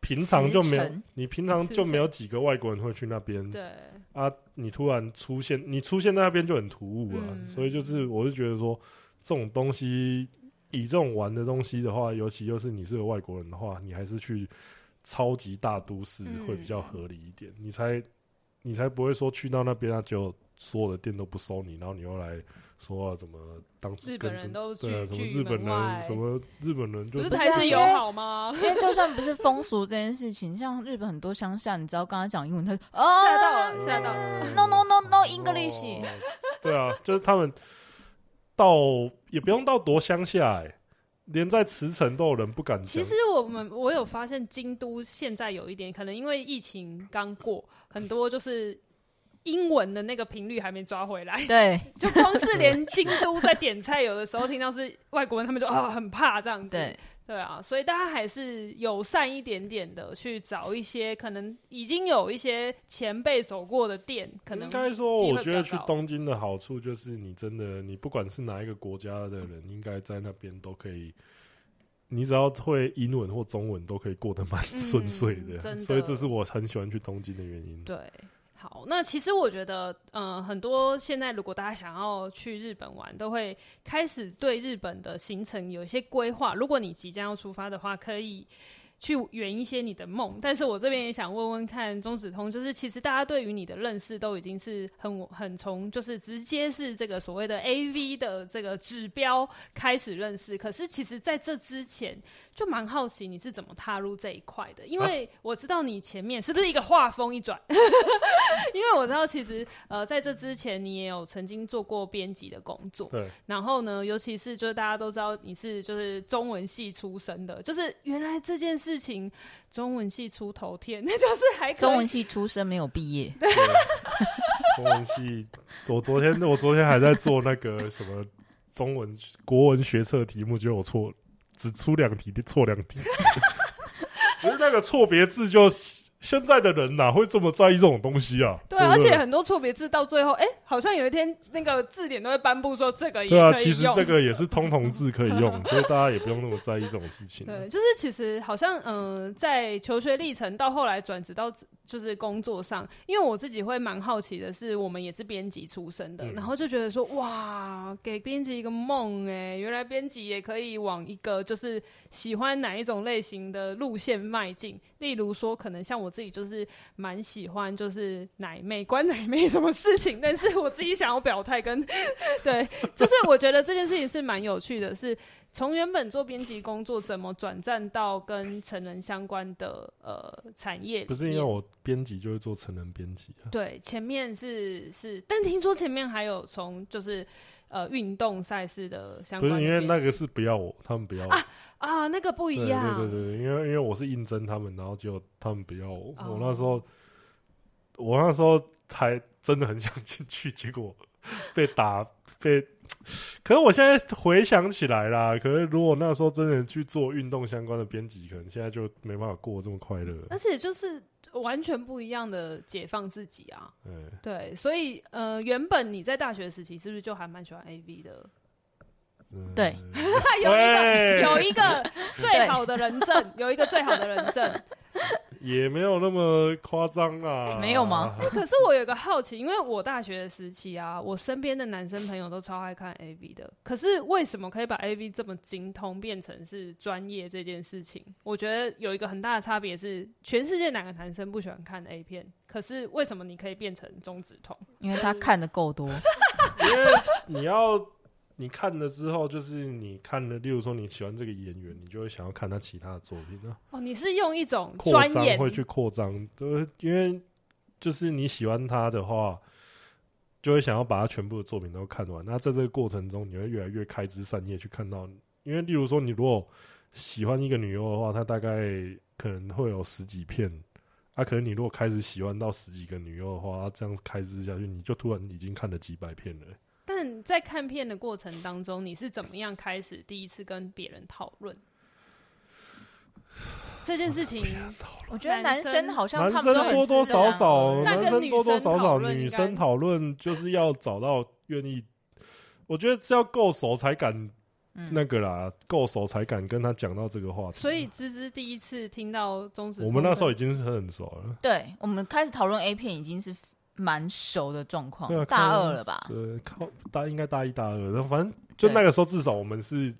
S3: 平常就没有
S1: 茨城，
S3: 你平常
S2: 茨
S3: 就
S2: 城
S3: 没有几个外国人会去那边
S2: 对
S3: 啊。你突然出现，你出现在那边就很突兀啊。
S2: 嗯
S3: 所以就是，我是觉得说这种东西，以这种玩的东西的话，尤其又是你是个外国人的话，你还是去超级大都市
S2: 嗯
S3: 会比较合理一点，你才你才不会说去到那边啊，就所有的店都不收你，然后你又来说、啊、怎么当初
S2: 日
S3: 跟
S2: 本人都拒
S3: 对啊，什么
S2: 拒
S3: 日本
S2: 门外
S3: 人，什么日本人就
S2: 不是
S1: 不是
S2: 台
S1: 啊
S2: 日
S1: 因
S2: 友
S1: 为
S2: 好吗？
S1: <laughs> 因为就算不是风俗这件事情，像日本很多乡下，你只要跟他讲英文，他就哦
S2: 吓到了吓到了
S3: 哦
S1: No, no, no, no English，
S3: 哦对啊，就是他们到也不用到多乡下、欸，连在茨城都有人不敢讲。
S2: 其实我们我有发现，京都现在有一点，可能因为疫情刚过，很多就是英文的那个频率还没抓回来
S1: <laughs> 对
S2: 就光是连京都在点菜，有的时候听到是外国人，他们就啊、很怕这样子。
S1: 对，
S2: 对啊，所以大家还是友善一点点的去找一些可能已经有一些前辈走过的店，可能
S3: 应该说，
S2: 机会
S3: 我
S2: 比
S3: 觉
S2: 较
S3: 得去
S2: 高
S3: 东京的好处就是，你真的，你不管是哪一个国家的人，应该在那边都可以，你只要会英文或中文，都可以过得蛮
S2: 嗯
S3: 顺遂
S2: 真的
S3: 所以这是我很喜欢去东京的原因。
S2: 对，好，那其实我觉得，嗯、很多现在如果大家想要去日本玩，都会开始对日本的行程有一些规划。如果你即将要出发的话，可以。去圆一些你的梦，但是我这边也想问问看中子通，就是其实大家对于你的认识都已经是很很从就是直接是这个所谓的 A V 的这个指标开始认识，可是其实在这之前就蛮好奇你是怎么踏入这一块的，因为
S3: 啊
S2: 我知道你前面是不是一个画风一转， <laughs> 因为我知道，其实呃，在这之前你也有曾经做过编辑的工作，
S3: 对，
S2: 然后呢，尤其是就是大家都知道你是就是中文系出身的，就是原来这件事情中文系出头天， <laughs> 那就是还可以
S1: 中文系出身没有毕业，
S3: 中文系，我昨天我昨天还在做那个什么中文国文学测题目，结果我错了，只出两题，错两题。 <laughs> 不是那个错别字就，现在的人哪会这么在意这种东西啊？
S2: 对，
S3: 不
S2: 而且很多错别字到最后，哎、好像有一天那个字典都会颁布说这个也
S3: 对啊，
S2: 可以
S3: 其实
S2: 用
S3: 这个也是通同字可以用，所以大家也不用那么在意这种事情。
S2: <laughs>
S3: 啊
S2: 对，就是其实好像嗯、呃在求学历程到后来转职到自就是工作上，因为我自己会蛮好奇的是，我们也是编辑出身的，
S3: 嗯
S2: 然后就觉得说哇，给编辑一个梦哎、原来编辑也可以往一个就是喜欢哪一种类型的路线迈进，例如说可能像我自己就是蛮喜欢就是奶妹关奶妹什么事情，但是我自己想要表态跟对，就是我觉得这件事情是蛮有趣的是，从原本做编辑工作，怎么转战到跟成人相关的呃产业里面？
S3: 不是因为我编辑就会做成人编辑啊，
S2: 对前面是是，但听说前面还有从就是呃运动赛事的相
S3: 不
S2: 关的
S3: 是因为
S2: 编
S3: 那
S2: 辑
S3: 个是不要我，他们不要我。
S2: 啊那个不
S3: 对
S2: 一
S3: 对
S2: 样，
S3: 对对，因为因为我是应征他们，然后结果他们不要我。
S2: 哦
S3: 我那时候，我那时候还真的很想进去， <laughs> 结果被打被。可是我现在回想起来啦，可是如果那时候真的去做运动相关的编辑，可能现在就没办法过得这么快乐。
S2: 而且就是完全不一样的解放自己啊。
S3: 嗯，
S2: 对，所以呃原本你在大学时期是不是就还蛮喜欢 A V <laughs> 的？
S3: 嗯
S1: 对，
S2: 有一个
S3: 喂
S2: <laughs> 有一个最好的人证，有一个最好的人证，
S3: 也没有那么夸张啦。
S1: 没有吗？
S2: <laughs> 可是我有个好奇，因为我大学时期啊，我身边的男生朋友都超爱看 A V 的。可是为什么可以把 A V 这么精通，变成是专业这件事情？我觉得有一个很大的差别是，全世界哪个男生不喜欢看 A 片？可是为什么你可以变成中指通？
S1: 因为他看的够多，
S3: <laughs> 因为你要你看了之后，就是你看了，例如说你喜欢这个演员，你就会想要看他其他的作品啊，
S2: 哦，你是用一种
S3: 扩
S2: 专
S3: 张
S2: 业
S3: 会去扩张，都会因为就是你喜欢他的话，就会想要把他全部的作品都看完。那在这个过程中，你会越来越开枝散叶去看到，因为例如说你如果喜欢一个女优的话，她大概可能会有十几片。啊，可能你如果开始喜欢到十几个女优的话，啊这样开支下去，你就突然已经看了几百片了。
S2: 但在看片的过程当中，你是怎么样开始第一次跟别人讨论这件事情？
S1: 我觉得男生好像
S3: 男
S1: 他
S3: 生
S1: 们都很
S3: 多多
S1: 私人啊
S3: 少少，
S2: 那
S3: 男
S2: 跟
S3: 生
S2: 女
S3: 多多
S2: 生讨
S3: 少少，
S2: 论
S3: 女
S2: 应该
S3: 生讨论就是要找到愿意，我觉得是要够熟才敢
S1: 嗯，
S3: 那个啦，够熟才敢跟他讲到这个话题。
S2: 所以芝芝第一次听到中指，
S3: 我们那时候已经是很熟了，
S1: 对我们开始讨论 A 片已经是蛮熟的状况
S3: 对啊，
S1: 大
S3: 看
S1: 二了吧？
S3: 呃，靠大应该大一大二，然后反正就
S1: 对
S3: 那个时候至少我们是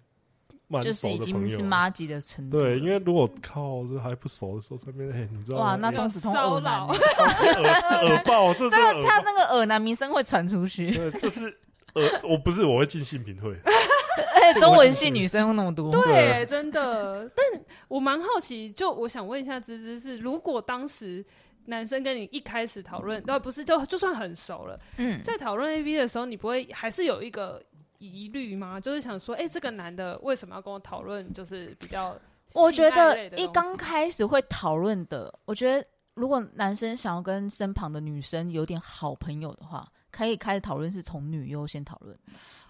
S3: 蛮
S1: 就
S3: 熟
S1: 是已
S3: 的
S1: 经
S3: 朋
S1: 是
S3: 友。啊
S1: 妈级的程度了。
S3: 对，因为如果靠这还不熟的时候，这边哎，你知道吗
S1: 哇，那中子通
S2: 哦骚
S1: 恶男
S2: 扰
S1: 欸，
S3: 耳耳爆，这真
S1: 这
S3: 的
S1: 个
S3: 耳
S1: 他
S3: 爆
S1: 那个恶男名声会传出去，
S3: 对，就是呃，我不是我会进性平
S1: <laughs>
S3: 退，
S1: 而且 <laughs> 中文系女生又那么
S2: <laughs>
S1: 多，
S2: 对，真的。但我蛮好奇，就我想问一下芝芝是，如果当时男生跟你一开始讨论，呃那不是就就算很熟了，
S1: 嗯，
S2: 在讨论 A V 的时候，你不会还是有一个疑虑吗？就是想说，哎、这个男的为什么要跟我讨论？就是比较
S1: 我觉
S2: 性爱
S1: 得
S2: 类的
S1: 一
S2: 东
S1: 刚
S2: 西
S1: 开始会讨论的，我觉得如果男生想要跟身旁的女生有点好朋友的话，可以开始讨论是从女优先讨论，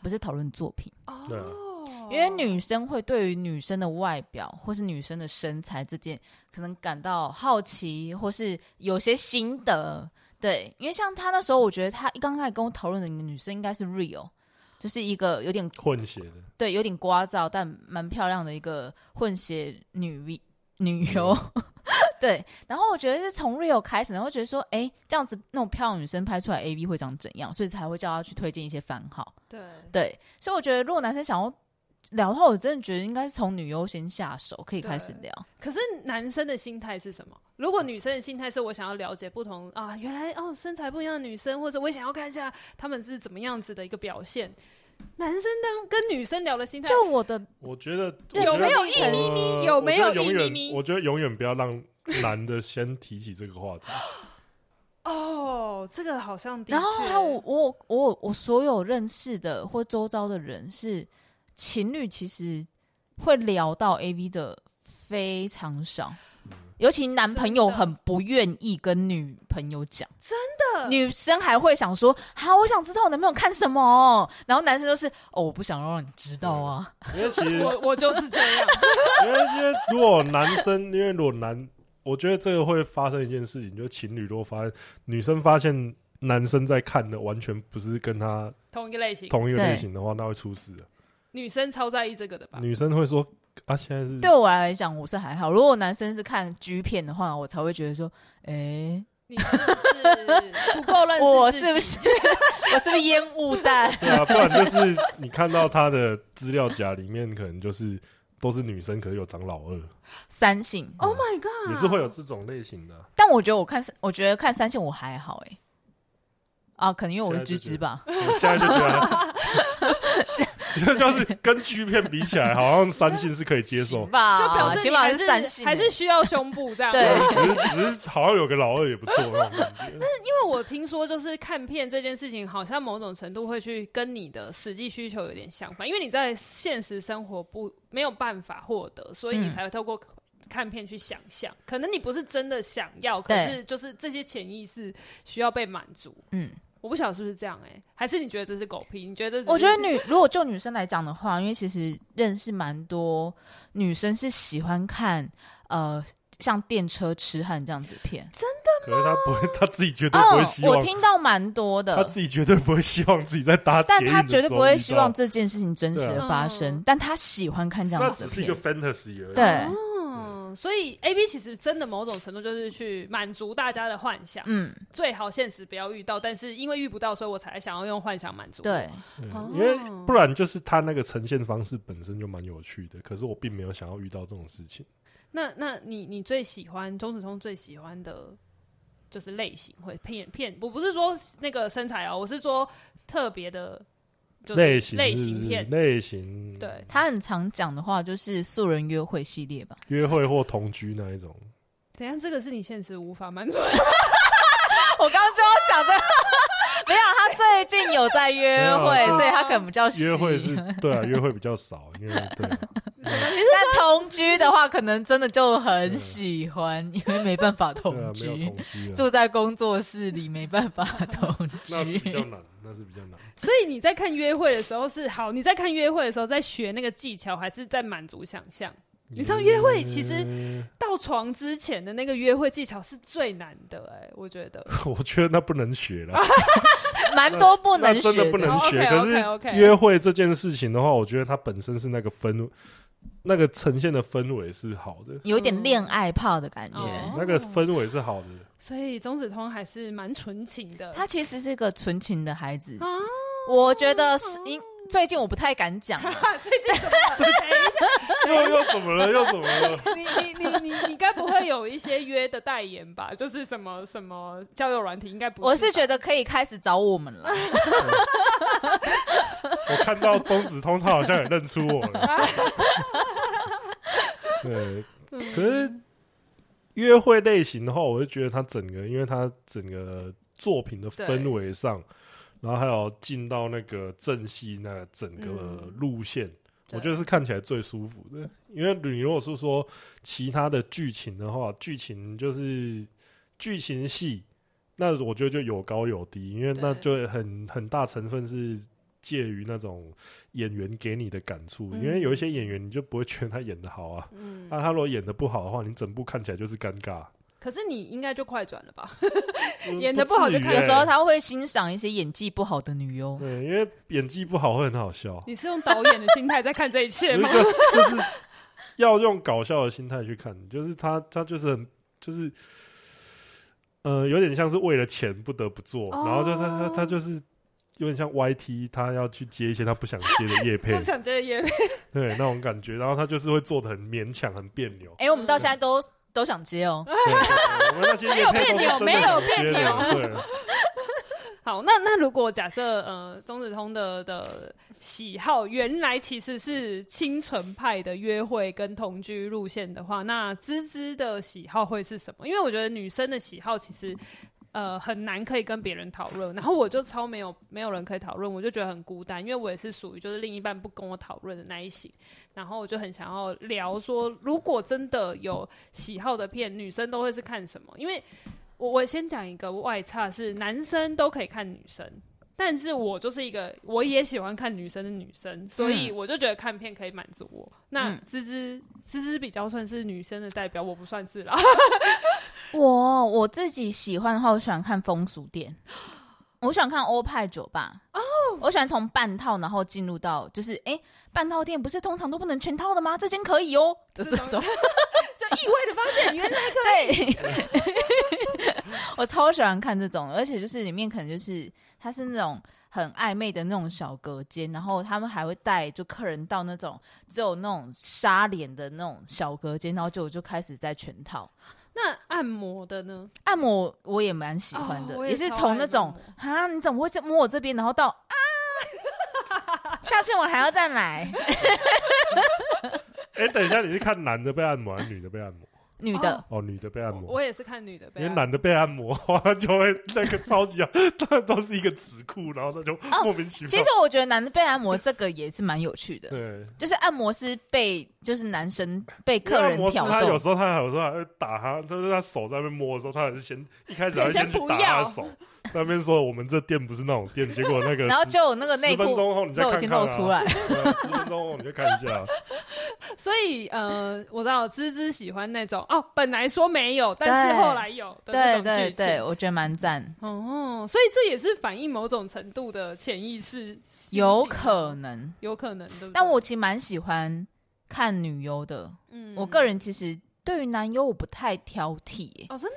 S1: 不是讨论作品，
S3: 对啊
S2: 哦，
S1: 因为女生会对于女生的外表或是女生的身材这件可能感到好奇，或是有些心得。对，因为像他那时候，我觉得他一刚开始跟我讨论的女生应该是 real，就是一个有点
S3: 混血的。
S1: 对，有点聒噪，但蛮漂亮的一个混血女 V 女优。 <laughs> 对，然后我觉得是从 real 开始，然后觉得说，哎，这样子那种漂亮女生拍出来 A V 会长怎样，所以才会叫她去推荐一些番号。
S2: 对
S1: 对，所以我觉得如果男生想要聊的话，我真的觉得应该是从女优先下手，可以开始
S2: 对
S1: 聊。
S2: 可是男生的心态是什么？如果女生的心态是我想要了解不同啊，原来哦身材不一样的女生，或者我也想要看一下她们是怎么样子的一个表现。男生当跟女生聊的心态，
S1: 就我的
S3: 我觉得
S1: 有
S3: 我觉得
S1: 没有一
S2: 咪咪
S3: 呃
S2: 有没有一
S3: 我觉得永远
S2: 咪咪
S3: 我觉得永远不要让男的先提起这个话
S2: <laughs>
S3: 题。
S2: 哦，这个好像的
S1: 然后
S2: 确
S1: 还有我我我我所有认识的或周遭的人是情侣，其实会聊到 A V 的非常少，尤其男朋友
S2: 真的
S1: 很不愿意跟女朋友讲，真
S2: 的
S1: 女生还会想说：“好，我想知道我男朋友看什么。”然后男生就是：“哦，我不想让你知道啊。
S3: 因为其实，因为
S2: 我我就是这样，
S3: 因为如果男生，因为如果男，我觉得这个会发生一件事情，就是情侣如果发现女生发现男生在看的完全不是跟他
S2: 同一个类型，
S3: 同一个类
S1: 对
S3: 型的话，那会出事的。
S2: 女生超在意这个的吧？
S3: 女生会说啊，现在是”
S1: 对我来讲，我是还好。如果男生是看 G 片的话，我才会觉得说：“哎、
S2: 你是不是不够认识
S1: 我
S2: 自
S1: 是
S2: 己
S1: 不是我是不是烟雾弹？”
S3: <laughs> 对啊，不然就是你看到他的资料夹里面，可能就是都是女生，可是有长老二，
S1: <laughs>
S2: 啊
S1: 三性。
S2: ？Oh my god！
S3: 也是会有这种类型的啊。
S1: 但我觉得我看，我觉得看三线我还好哎、啊，可能因为我是芝芝吧，
S3: 我 <laughs> 现在就觉
S1: <laughs>
S3: 得，这就是跟 G 片比起来，好像三性是可以接受
S1: 行， <laughs> 吧，
S2: 就表示
S1: 起
S2: 你
S1: 码
S2: 还
S1: 是三性欸、
S2: 还是需要胸部这样。
S1: 对
S3: 只是只是好像有个老二也不错那种感觉。
S2: 因 <laughs> 为我听说，就是看片这件事情，好像某种程度会去跟你的实际需求有点相反，因为你在现实生活不没有办法获得，所以你
S1: 嗯
S2: 才会透过看片去想象。可能你不是真的想要，可
S1: 对
S2: 是就是这些潜意识需要被满足。
S1: 嗯，
S2: 我不晓得是不是这样哎、还是你觉得这是狗屁？你觉得这只是
S1: 我觉得女如果就女生来讲的话，因为其实认识蛮多女生是喜欢看呃像电车痴汉这样子的片
S3: 可是他不会，他自己绝对不会希
S1: 哦我
S3: 望，
S1: 听到蛮多
S3: 他
S1: 的。
S3: 自己绝对不会希望自己在搭捷
S1: 但
S3: 运的时候，
S1: 他绝对不会
S3: 你知
S1: 希
S3: 道
S1: 望这件事情真实的发生，
S2: 对啊
S1: 但他喜欢看这
S3: 那
S1: 样子
S3: 只
S1: 的
S3: 是一
S1: 片
S3: 个，fantasy 而已。
S1: 对，
S2: 哦，样，所以 A B 其实真的某种程度就是去满足大家的幻想，
S1: 嗯，
S2: 最好现实不要遇到，但是因为遇不到，所以我才想要用幻想满足。
S1: 对，
S2: 哦
S3: 嗯因为不然就是他那个呈现方式本身就蛮有趣的，可是我并没有想要遇到这种事情。
S2: 那那你你最喜欢钟子通最喜欢的就是类型会骗骗，我不是说那个身材哦，我是说特别的，就是
S3: 类型
S2: 类
S3: 是不
S2: 型
S3: 是
S2: 片，
S3: 类型，
S2: 对，
S1: 他很常讲的话就是素人约会系列吧。
S3: 约会或同居那一种。
S2: 等一下这个是你现实无法满足的，
S1: <laughs> 我刚刚就要讲这个， <laughs> 没有，他最近有在约
S3: 没
S1: 会
S3: 有，就
S1: 所以他可能比较
S3: 约会
S2: <laughs>
S1: 虚
S3: 是，对啊，约会比较少，因为对啊、
S1: 但同居的话，可能真的就很喜欢，因为没办法
S3: 啊对啊
S1: 同，
S3: 没有
S1: 居
S3: 同，居啊，
S1: 住在工作室里没办法同
S3: 那是比较
S1: 居。
S3: 难，那是比较难。
S2: 所以你在看约会的时候是好，你在看约会的时候在学那个技巧，还是在满足想象？你知道约会其实
S3: 嗯
S2: 到床之前的那个约会技巧是最难的、哎，我觉得。
S3: 呃 <laughs> 我觉得那不能学了，
S1: 蛮多不能
S3: 那真
S1: 学
S3: 的不能
S2: 哦
S3: 学。
S2: ，OK，OK，OK
S3: 可是约会这件事情的话，我觉得它本身是那个氛，那个呈现的氛围是好的，
S1: 有点恋爱泡的感
S2: 哦
S1: 觉。
S3: 那个氛围是好
S2: <laughs>
S3: 的。
S2: 所以钟子通还是蛮纯情的。
S1: 他其实是个纯情的孩子，
S2: 啊，
S1: 我觉得是因最近我不太敢讲啊， <laughs>
S2: 最近怎么 <laughs> 了
S3: 又又怎么了？又怎么了？
S2: 哎 <laughs> 你你你你你该不会有一些约的代言吧？就是什么什么交友软体，应该不
S1: 我是
S2: 得
S1: 觉得可以开始找我们 <laughs> 了。
S3: 我看到钟子通，他好像也认出我了。对，可是约会类型的话，我就觉得他整个，因为他整个作品的氛围上，然后还有进到那个正戏那整个
S2: 嗯
S3: 路线，
S1: 对
S3: 我觉得是看起来最舒服的。因为你如果是说其他的剧情的话，剧情就是剧情戏，那我觉得就有高有低，因为那就很很大成分是介于那种演员给你的感触，
S2: 嗯
S3: 因为有一些演员你就不会觉得他演的好啊，
S2: 嗯
S3: 那、，他如果演的不好的话，你整部看起来就是尴尬。
S2: 可是你应该就快转了吧？ <laughs>
S3: 嗯
S2: 演得不好就
S3: 至于
S2: 看
S3: 欸
S1: 有时候他会欣赏一些演技不好的女优，
S3: 对，因为演技不好会很好
S2: <laughs>
S3: 笑，
S2: 你是用导演的心态在看这一切
S3: 就
S2: 吗？
S3: 是就是要用搞笑的心态去看，就是他他就是很就是。呃，有点像是为了钱不得不做，
S2: 哦
S3: 然后就是他他就是有点像 YT，他要去接一些他不想接的
S2: <laughs>
S3: 夜配
S2: 不，想接也
S3: 对那种感觉，然后他就是会做的很勉强、很别扭。
S1: 哎，我们到现在都都想接哦。
S3: 对对对我们那些叶配都是真的
S2: 没有别扭
S3: 很接
S2: 没有
S3: 的，对，
S2: 好，那那如果假设呃，钟子通的的喜好原来其实是清纯派的约会跟同居路线的话，那芝芝的喜好会是什么？因为我觉得女生的喜好其实呃很难可以跟别人讨论，然后我就超没有没有人可以讨论，我就觉得很孤单，因为我也是属于就是另一半不跟我讨论的那一型，然后我就很想要聊说，如果真的有喜好的片，女生都会是看什么？因为我我先讲一个外差是男生都可以看女生，但是我就是一个我也喜欢看女生的女生，所以我就觉得看片可以满足我。那
S1: 嗯
S2: 芝芝芝芝比较算是女生的代表，我不算是啦。
S1: <laughs> 我我自己喜欢的话，我喜欢看风俗店，我喜欢看欧派酒吧。哦，我喜欢从半套，然后进入到就是，哎、半套店不是通常都不能全套的吗？这间可以哦，的这种。
S2: 就意外的发现，原来
S1: 对， <laughs> 我超喜欢看这种，而且就是里面可能就是它是那种很暧昧的那种小隔间，然后他们还会带就客人到那种只有那种纱帘的那种小隔间，然后就就开始在全套。
S2: 那按摩的呢？
S1: 按摩我也蛮喜欢的，
S2: 哦我也
S1: 也是
S2: 超
S1: 从
S2: 爱
S1: 那种
S2: 按
S1: 啊，你怎么会这摸我这边，然后到啊，下次我还要再来。
S3: 哎、等一下，你是看男的被按摩，还是女的被按摩？
S1: 女的，
S3: 哦，女的被按
S2: 我
S3: 摩，
S2: 我也是看女的
S3: 因
S2: 被
S3: 为
S2: 按摩。
S3: 男的被按摩，他就会那个超级，他都是一个纸裤，然后他就莫名其妙。
S1: 哦其实我觉得男的被按摩这个也是蛮有趣的，
S3: 对，
S1: 就是按摩师被就是男生被
S3: 因为
S1: 客人
S3: 按摩师
S1: 挑
S3: 他有
S1: 逗，
S3: 时候他有时候还会打他，就是他手在那边摸的时候，他还是先一开始还是
S2: 先
S3: 去
S2: 不
S3: 打
S2: 要
S3: 他的手，在那边说我们这店不是那种店，结果那个
S1: 然后
S3: 十
S1: 就有那个内
S3: 十分
S1: 裤
S3: 钟后你再
S1: 都已
S3: 看
S1: 经
S3: 看、啊、
S1: 露出来。
S3: 对，十分钟后你就看一下。
S2: 所以呃，我知道芝芝喜欢那种哦，本来说没有，但是
S1: 对
S2: 后来有的那
S1: 对
S2: 种
S1: 对
S2: 剧情。
S1: 对，我觉得蛮赞，
S2: 哦，所以这也是反映某种程度的潜意识，
S1: 有可，能。
S2: 有可能，对不对？
S1: 但我其实蛮喜欢看女优的，
S2: 嗯
S1: 我个人其实对于男优我不太挑剔耶、
S2: 哦，真的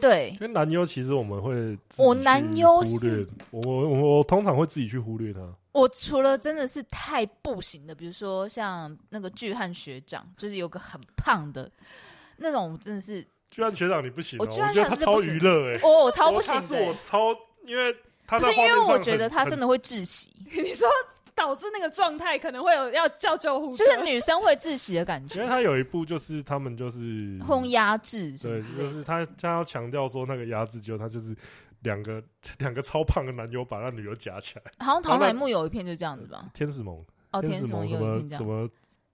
S1: 对
S3: 因，为男优其实我们会自己
S1: 我
S3: 去
S1: 男优
S3: 忽
S1: 是
S3: 略，我我我我通常会自己去忽略他。
S1: 我除了真的是太不行的，比如说像那个巨汉学长，就是有个很胖的那种，我真
S3: <laughs>
S1: 的是
S3: 居然学长你不行、哦，
S1: 我
S3: 我
S1: 居然
S3: 觉得
S1: 想
S3: 他
S1: 这
S3: 超
S1: 不行
S3: 娱乐哎、
S1: 哦，我 <laughs> 超不
S3: 我
S1: 行
S3: 他是
S1: 的耶、欸
S3: 我超，因为他
S1: 不
S3: 在
S1: 是
S3: 画
S1: 因
S3: 面
S1: 为我
S3: 上
S1: 觉得
S3: 很
S1: 他真的会窒息，
S2: 你说导致那个状态可能会有要叫救护车，
S1: 就是女生会窒息的感
S3: 因为
S1: 觉，
S3: 他有一部就是他们就是
S1: 轰压制什么
S3: 嗯对，
S1: 之
S3: 就
S1: 类的。
S3: 是他他要强调说那个压制就他就是两个 <laughs> 两个超胖的男优把那女优夹起来，
S1: 好像桃乃木有一片就这样子吧？
S3: 天使萌，
S1: 哦，
S3: 天
S1: 天使
S3: 萌
S1: 盟
S3: 什
S1: 有一
S3: 么
S1: 片这
S3: 什
S1: 样。
S3: 么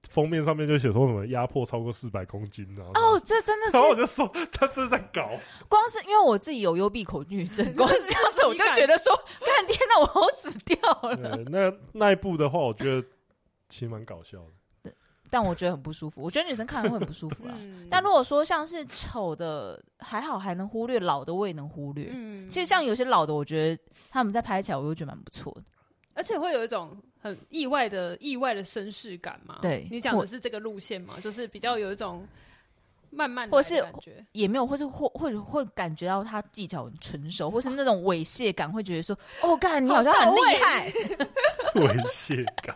S3: 封面上面就写说什么压迫超过四百公斤然后
S1: 哦，这真的
S3: 然后我
S1: 是
S3: 就说他这是在搞，
S1: 光是因为我自己有幽闭恐
S3: <laughs>
S1: 惧症，光是这样子我就觉得说，看天哪，我要死掉了。
S3: 对，那那一部的话，我觉得其实蛮搞笑的。
S1: 但我觉得很不舒服，我觉得女生看会很不舒
S3: <laughs>
S1: 服啦。
S2: 嗯
S1: 但如果说像是丑的还好还能忽略，老的我也能忽略。
S2: 嗯
S1: 其实像有些老的，我觉得他们在拍起来，我又觉得蛮不错的。
S2: 而且会有一种很意外的意外的绅士感嘛。
S1: 对
S2: 你讲的
S1: 或
S2: 是这个路线嘛，就是比较有一种慢慢来
S1: 或
S2: 的
S1: 是
S2: 感觉。
S1: 也没有，或是或或者会感觉到他技巧很纯熟，或是那种猥亵感，会觉得说，哦，干，你好像很厉害。
S3: 猥亵感，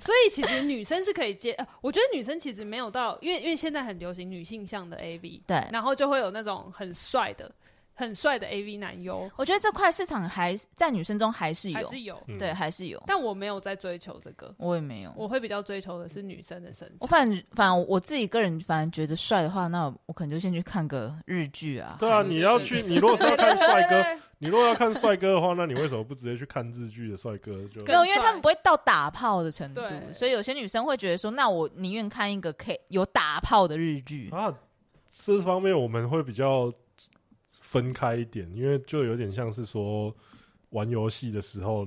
S2: 所以其实女生是可以接，呃我觉得女生其实没有到，因为因为现在很流行女性向的 AV，
S1: 对，
S2: 然后就会有那种很帅的、很帅的 AV 男优，
S1: 我觉得这块市场还在女生中还是
S2: 还
S1: 有，
S2: 是有。
S3: 嗯
S1: 对，还是有。
S2: 但我没有在追求这个，
S1: 我也没有，
S2: 我会比较追求的是女生的身
S1: 我
S2: 材。
S1: 反反正我自己个人，反正觉得帅的话，那我可能就先去看个日剧啊。
S3: 对啊，
S1: 韩
S3: 你要
S1: 剧
S2: <laughs>
S3: 去，你如果是要看帅
S2: 对对
S3: 哥，
S2: 对
S3: 你如果要看帅哥的话，那你为什么不直接去看日剧的帅哥？就
S1: 没有，因
S2: 更帅
S1: 为他们不会到打炮的程度，
S2: 对
S1: 所以有些女生会觉得说，那我宁愿看一个 K 有打炮的日剧。
S3: 啊，这方面我们会比较分开一点，因为就有点像是说玩游戏的时候，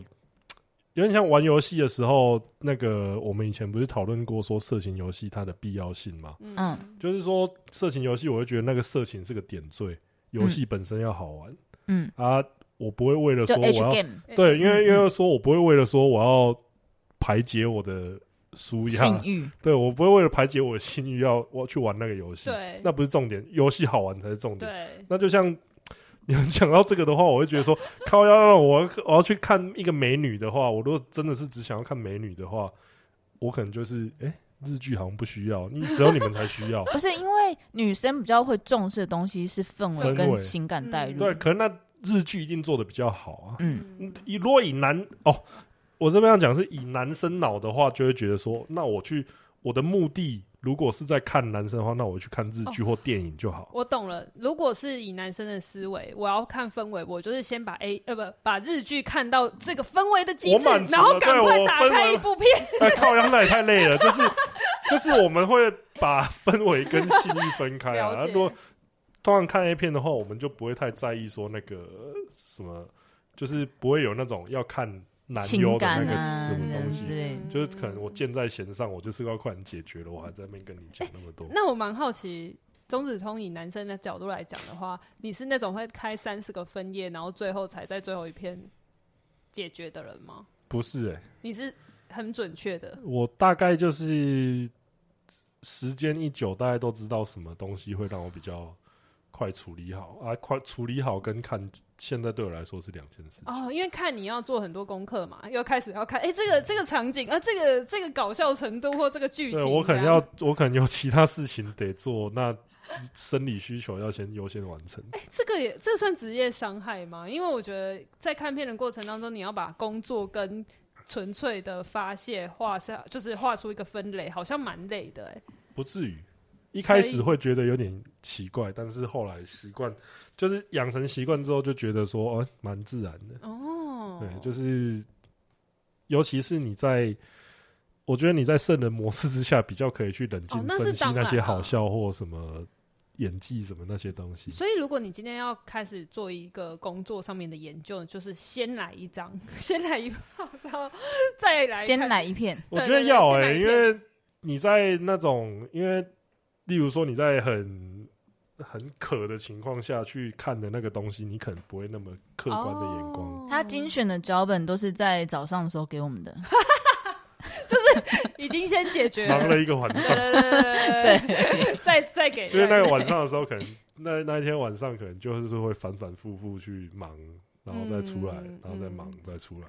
S3: 有点像玩游戏的时候，那个我们以前不是讨论过说色情游戏它的必要性吗？
S1: 嗯
S3: 就是说色情游戏，我会觉得那个色情是个点缀，游戏本身要好玩、
S1: 嗯，
S3: 啊，我不会为了
S1: 就
S3: 说我
S1: H
S3: 要
S1: game
S3: 对，因为
S1: 嗯嗯
S3: 因为说我不会为了说我要排解我的舒
S1: 性
S3: 压，
S1: 欲，
S3: 对我不会为了排解我的性欲要我去玩那个游戏，
S2: 对
S3: 那不是重点，游戏好玩才是重点。
S2: 对，
S3: 那就像你们讲到这个的话，我会觉得
S1: <laughs>
S3: 说，靠，要让我我要去看一个美女的话，我如果真的是只想要看美女的话，我可能就是哎。诶日剧好像不需要，你只有你们才需要。
S1: 不是因为女生比较会重视的东西是氛围
S3: 氛
S1: 跟
S3: 围
S1: 情感代入。
S3: 对，可能那日剧一定做的比较好啊。
S1: 嗯，
S3: 以如果以男哦，我这边要讲是以男生脑的话，就会觉得说，那我去我的目的如果是在看男生的话，那我去看日
S1: 哦
S3: 剧或电影就好。
S2: 我懂了。如果是以男生的思维，我要看氛围，我就是先把 A 呃不把日剧看到这个氛围的机
S3: 我
S2: 制
S3: 满足，了
S2: 然后赶快
S3: 对我
S2: 打
S3: 氛
S2: 开
S3: 围
S2: 一部片。
S3: 哎，靠腰那也太累了，就是 <laughs> 就是我们会把氛围跟性欲分开啊。
S2: 了
S3: 啊
S2: 解
S3: 如果通常看 A 片的话，我们就不会太在意说那个呃什么，就是不会有那种要看男优的那
S1: 情感
S3: 个
S1: 啊
S3: 什么东
S1: 之
S3: 西。
S1: 类的
S3: 就是可能我箭在弦上，我就是要快点解决了，我还在那边跟你讲那么多。
S2: 哎那我蛮好奇，钟子通以男生的角度来讲的话，你是那种会开三四个分页，然后最后才在最后一篇解决的人吗？
S3: 不是哎、
S2: 你是很准确的，
S3: 我大概就是时间一久，大概都知道什么东西会让我比较快处理好啊，快处理好跟看现在对我来说是两件事情。
S2: 哦，因为看你要做很多功课嘛，又开始要看，哎、这个这个场景啊，这个这个搞笑程度或这个剧情
S3: 对
S2: 这样，
S3: 我可能要，我可能有其他事情得做，那生理需求要先优先完成。
S2: 这个也这算职业伤害吗？因为我觉得在看片的过程当中，你要把工作跟纯粹的发泄画下，就是画出一个分类，好像蛮累的、哎，
S3: 不至于。一开
S2: 可以
S3: 始会觉得有点奇怪，但是后来习惯，就是养成习惯之后，就觉得说，哦，蛮自然的。
S2: 哦，
S3: 对，就是，尤其是你在，我觉得你在圣人模式之下，比较可以去冷静
S2: 哦那是
S3: 分析
S2: 当
S3: 那
S2: 然
S3: 些好
S2: 啊
S3: 笑或什么演技什么那些东西。
S2: 所以，如果你今天要开始做一个工作上面的研究，就是先来一张， <laughs> 先来一炮，然后再
S3: 嗯
S2: 来
S1: 先
S2: 看
S1: 来一片，
S3: 我
S2: 对
S3: 觉得
S2: 对对
S3: 要
S2: 是
S3: 哎、
S2: 哪一
S3: 因
S2: 片
S3: 为你在那种，因为例如说你在很很渴的情况下去看的那个东西，你可能不会那么客观的眼光。
S2: 哦
S1: <laughs> 他精选的脚本都是在早上的时候给我们的。
S2: 已经先解决
S3: 忙
S2: 了。
S3: 了一个晚
S2: 对
S3: 上，
S2: 对
S1: <laughs>
S2: 对对对 <laughs> 对，再再给。
S3: 所以那个晚上的时候，可能那那一天晚上可能就是会反反复复去忙，然后再出来，
S2: 嗯
S3: 然后再忙
S2: 嗯，
S3: 再出来。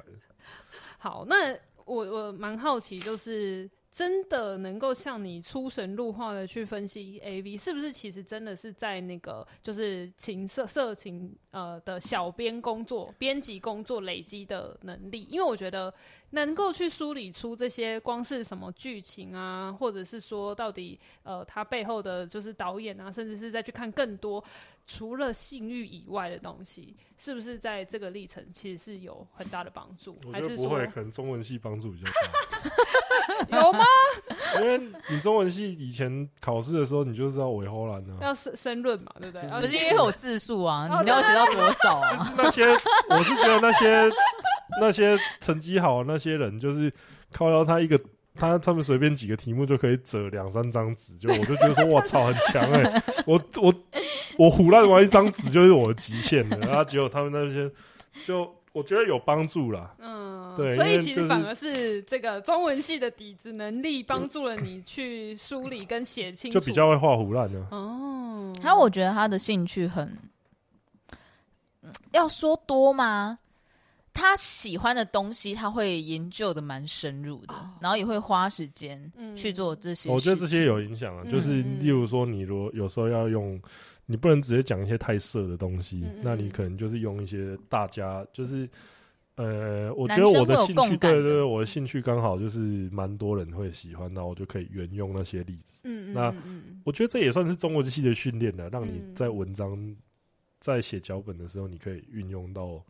S2: 好，那我我蛮好奇，就是真的能够像你出神入化的去分析 A V，是不是其实真的是在那个就是情色色情呃的小编工作、编辑工作累积的能力？因为我觉得能够去梳理出这些，光是什么剧情啊，或者是说到底呃他背后的就是导演啊，甚至是再去看更多除了性欲以外的东西，是不是在这个历程其实是有很大的帮助？
S3: 我
S2: 还
S3: 觉
S2: 是
S3: 得
S2: <laughs>
S3: 不
S2: 说
S3: 会，可 <laughs> 能中文系帮助比较大，
S2: 有吗？
S3: 因为你中文系以前考试的时候，你就知道尾后兰啊呢。
S2: 要申申论嘛，对不对？
S3: 不
S2: 啊
S1: 嗯不是因为有字数啊，
S2: 哦
S1: 你要写到多少
S3: 就
S1: <laughs> 啊？
S3: 是那些，我是觉得那些那些成绩好的那些人，就是靠到他一个他他们随便几个题目就可以折两三张纸，就我就觉得说我操很强哎、我我我胡乱玩一张纸就是我的极限了，然后结果他们那些就我觉得有帮助啦。
S2: 嗯，
S3: 对
S2: 所
S3: 因
S2: 以
S3: 为
S2: 其实
S3: 就是
S2: 反而是这个中文系的底子能力帮助了你去梳理跟写清楚，
S3: 就比较会画胡乱啊呢、
S2: 哦。
S1: 还有，我觉得他的兴趣很，嗯要说多吗？他喜欢的东西，他会研究的蛮深入的，
S2: 哦
S1: 然后也会花时间
S2: 嗯
S1: 去做这些。
S3: 我觉得这些，有影响啊，
S2: 嗯
S3: 就是
S2: 嗯
S3: 例如说，你如果有时候要用，你不能直接讲一些太色的东西，
S2: 嗯嗯
S3: 那
S2: 嗯
S3: 你可能就是用一些大家就是。呃，我觉
S1: 男
S3: 得我的
S1: 生会有
S3: 兴趣，
S1: 共
S3: 对
S1: 感
S3: 对
S1: 的
S3: 对，我的兴趣刚好就是蛮多人会喜欢，那我就可以沿用那些例子。
S2: 嗯
S3: 那
S2: 嗯嗯
S3: 我觉得这也算是中文系的训练啊了，让你
S2: 嗯
S3: 在文章、在写脚本的时候，你可以运用到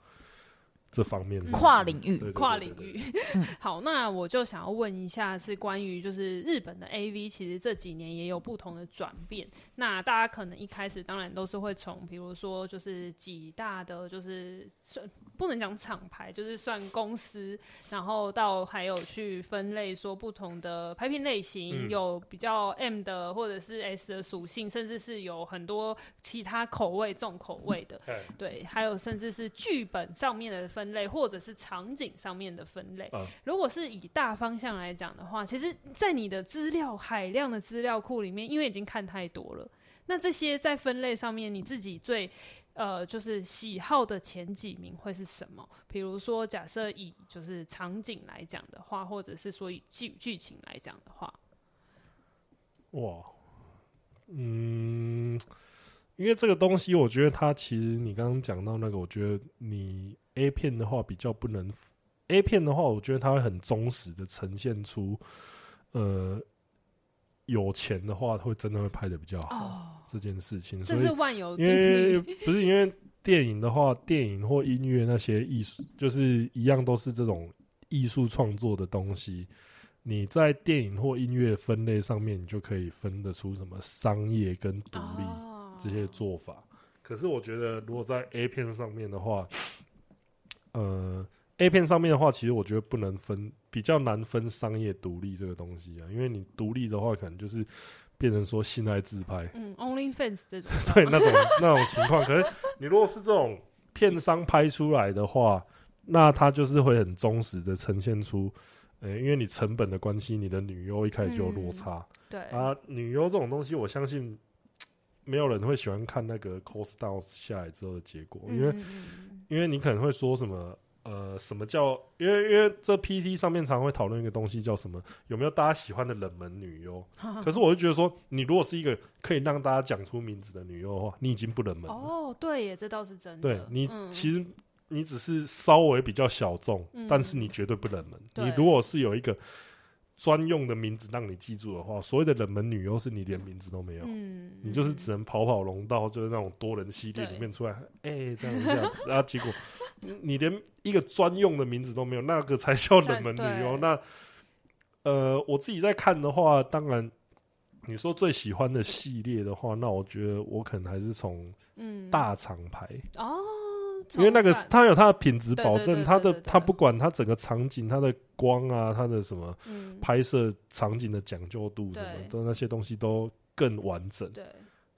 S3: 这方面上面
S1: 跨领域
S3: 对对对对对
S2: 跨领域
S1: 嗯。
S2: <laughs> 好，那我就想要问一下，是关于就是日本的 AV，其实这几年也有不同的转变。那大家可能一开始当然都是会从，比如说就是几大的就是算不能讲厂牌，就是算公司，然后到还有去分类说不同的拍片类型，
S3: 嗯
S2: 有比较 M 的或者是 S 的属性，甚至是有很多其他口味重口味的。
S3: 哎
S2: 对，还有甚至是剧本上面的分类，或者是场景上面的分类。
S3: 嗯
S2: 如果是以大方向来讲的话，其实，在你的资料海量的资料库里面，因为已经看太多了，那这些在分类上面，你自己最呃就是喜好的前几名会是什么？比如说，假设以就是场景来讲的话，或者是说以剧剧情来讲的话，
S3: 哇，嗯，因为这个东西，我觉得它其实你刚刚讲到那个，我觉得你 A 片的话比较不能 A 片的话，我觉得它会很忠实的呈现出，呃，有钱的话会真的会拍的比较好、
S2: 哦，
S3: 这件事情，嗯所
S2: 这
S3: 以
S2: 是万有
S3: 因
S2: 定
S3: 为
S2: 律。
S3: <laughs> 不是因为电影的话，电影或音乐那些艺术，就是一样都是这种艺术创作的东西。你在电影或音乐分类上面，你就可以分得出什么商业跟独立
S2: 哦
S3: 这些做法。可是我觉得，如果在 A 片上面的话，呃，A 片上面的话，其实我觉得不能分，比较难分商业独立这个东西啊，因为你独立的话，可能就是变成说性爱自拍，
S2: 嗯，OnlyFans 这种
S3: <laughs> 对那种那种情况。可是你如果是这种片商拍出来的话，那它就是会很忠实的呈现出，呃、因为你成本的关系，你的女优一开始就有落差、
S2: 对
S3: 啊。女优这种东西，我相信没有人会喜欢看那个 cost down 下来之后的结果，因为
S2: 嗯嗯嗯
S3: 因为你可能会说什么。呃，什么叫？因为因为这 PT 上面常会讨论一个东西叫什么？有没有大家喜欢的冷门
S2: <laughs>
S3: 女优？
S2: 嗯
S3: 可是我就觉得说，你如果是一个可以让大家讲出名字的女优的话，你已经不冷门了。
S2: 哦，对耶，这倒是真的。
S3: 对你
S2: 嗯
S3: 其实你只是稍微比较小众，
S2: 嗯
S3: 但是你绝对不冷门。
S2: 对
S3: 你如果是有一个专用的名字让你记住的话，所谓的冷门女优是你连名字都没有。
S2: 嗯，
S3: 你就是
S2: 嗯
S3: 只能跑跑龙道，就是那种多人系列里面出来，哎、这样这样子，啊，结果你你连一个专用的名字都没有，那个才叫冷门
S2: 那
S3: 女优。
S2: 对
S3: 那呃，我自己在看的话，当然你说最喜欢的系列的话，那我觉得我可能还是从
S2: 嗯
S3: 大厂牌，
S2: 哦，
S3: 因为那个
S2: 从
S3: 它有它的品质保
S2: 对对
S3: 证，
S2: 对
S3: 它的
S2: 对对对
S3: 它不管它整个场景、它的光啊、它的什么
S2: 嗯
S3: 拍摄场景的讲究度什么
S2: 对
S3: 的那些东西都更完整。
S2: 对，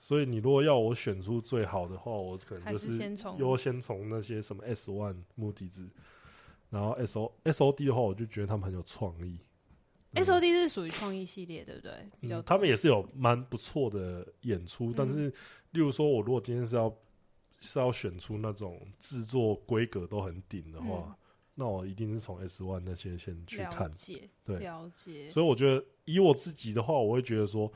S3: 所以你如果要我选出最好的话，我可能
S2: 还
S3: 就是是
S2: 先从
S3: 优先从那些什么 S One 目的制，然后 S O S O D 的话，我就觉得他们很有创意。嗯
S2: S O D 是属于创意系列，对不对？比较嗯
S3: 嗯，
S2: 多
S3: 他们也是有蛮不错的演出，但是例如说，我如果今天是要是要选出那种制作规格都很顶的话，
S2: 嗯
S3: 那我一定是从 S One 那些先去
S2: 了
S3: 看。
S2: 解，
S3: 对
S2: 了解。
S3: 所以我觉得，以我自己的话，我会觉得说，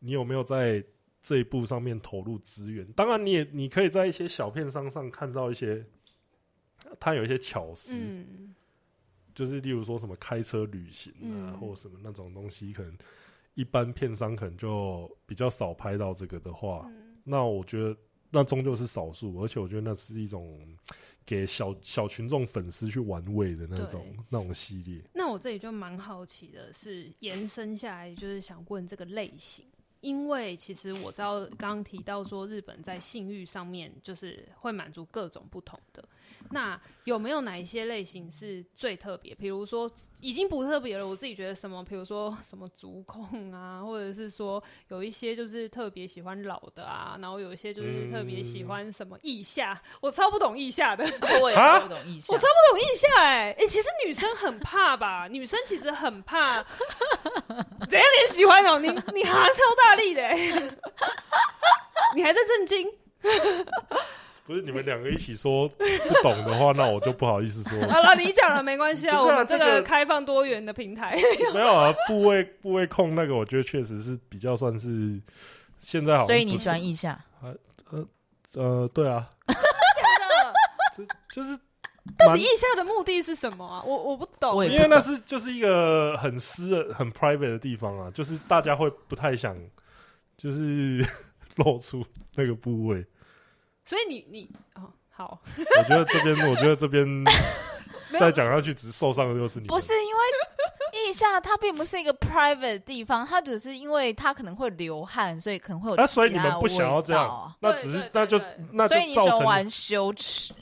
S3: 你有没有在这一步上面投入资源？当然，你也你可以在一些小片商上看到一些，它有一些巧思，
S2: 嗯，
S3: 就是例如说什么开车旅行啊，
S2: 嗯
S3: 或者什么那种东西，可能一般片商可能就比较少拍到这个的话，
S2: 嗯
S3: 那我觉得那终究是少数，而且我觉得那是一种给小小群众粉丝去玩味的那种
S2: 对
S3: 那种系列。
S2: 那我这里就蛮好奇的是，延伸下来就是想问这个类型，因为其实我知道刚刚提到说日本在性欲上面就是会满足各种不同的，那有没有哪一些类型是最特别？比如说已经不特别了，我自己觉得什么，比如说什么足控啊，或者是说有一些就是特别喜欢老的啊，然后有一些就是特别喜欢什么腋下，我超不懂腋下的。
S1: 我也搞不懂意思。
S2: 我超不懂腋下哎、哎、其实女生很怕吧， <laughs> 女生其实很怕。怎样？你也喜欢哦、你你哈超大力的、欸， <laughs> 你还在震惊？
S3: 不是你们两个一起说不懂的话，那我就不好意思说。
S2: <laughs> 好了，啊你讲了没关系啊，
S3: 不
S2: 我
S3: 是啊
S2: 们这
S3: 这
S2: 个
S3: 个
S2: 开放多元的平台。
S3: 没有啊，部位部位控那个，我觉得确实是比较算是现在好像不
S1: 所
S3: 是。
S1: 以你喜欢意下？
S3: 呃，对啊，
S2: <laughs>
S3: 就就是
S2: 到
S3: 蛮
S2: 底腋下的目的是什么啊？我我不懂。
S1: 我也
S3: 因为那是就是一个很私人、很 private 的地方啊，就是大家会不太想，就是 <laughs> 露出那个部位。
S2: 所以你你哦好，
S3: 我觉得这边，我觉得这边
S2: 没有
S3: 再讲下去，只受伤的就是你们。
S1: 不是因为腋下它并不是一个 private 的地方，它只是因为它可能会流汗，所以可能会有
S3: 那啊所以
S1: 其
S3: 你
S1: 他
S3: 们不
S1: 味
S3: 想要这
S1: 啊道
S3: 样
S1: 啊，，
S3: 那
S2: 对
S3: 只
S2: 对
S3: 是那就
S2: 对对
S3: 那就
S1: 所以你喜
S3: 造
S1: 欢
S3: 成
S1: 玩羞耻。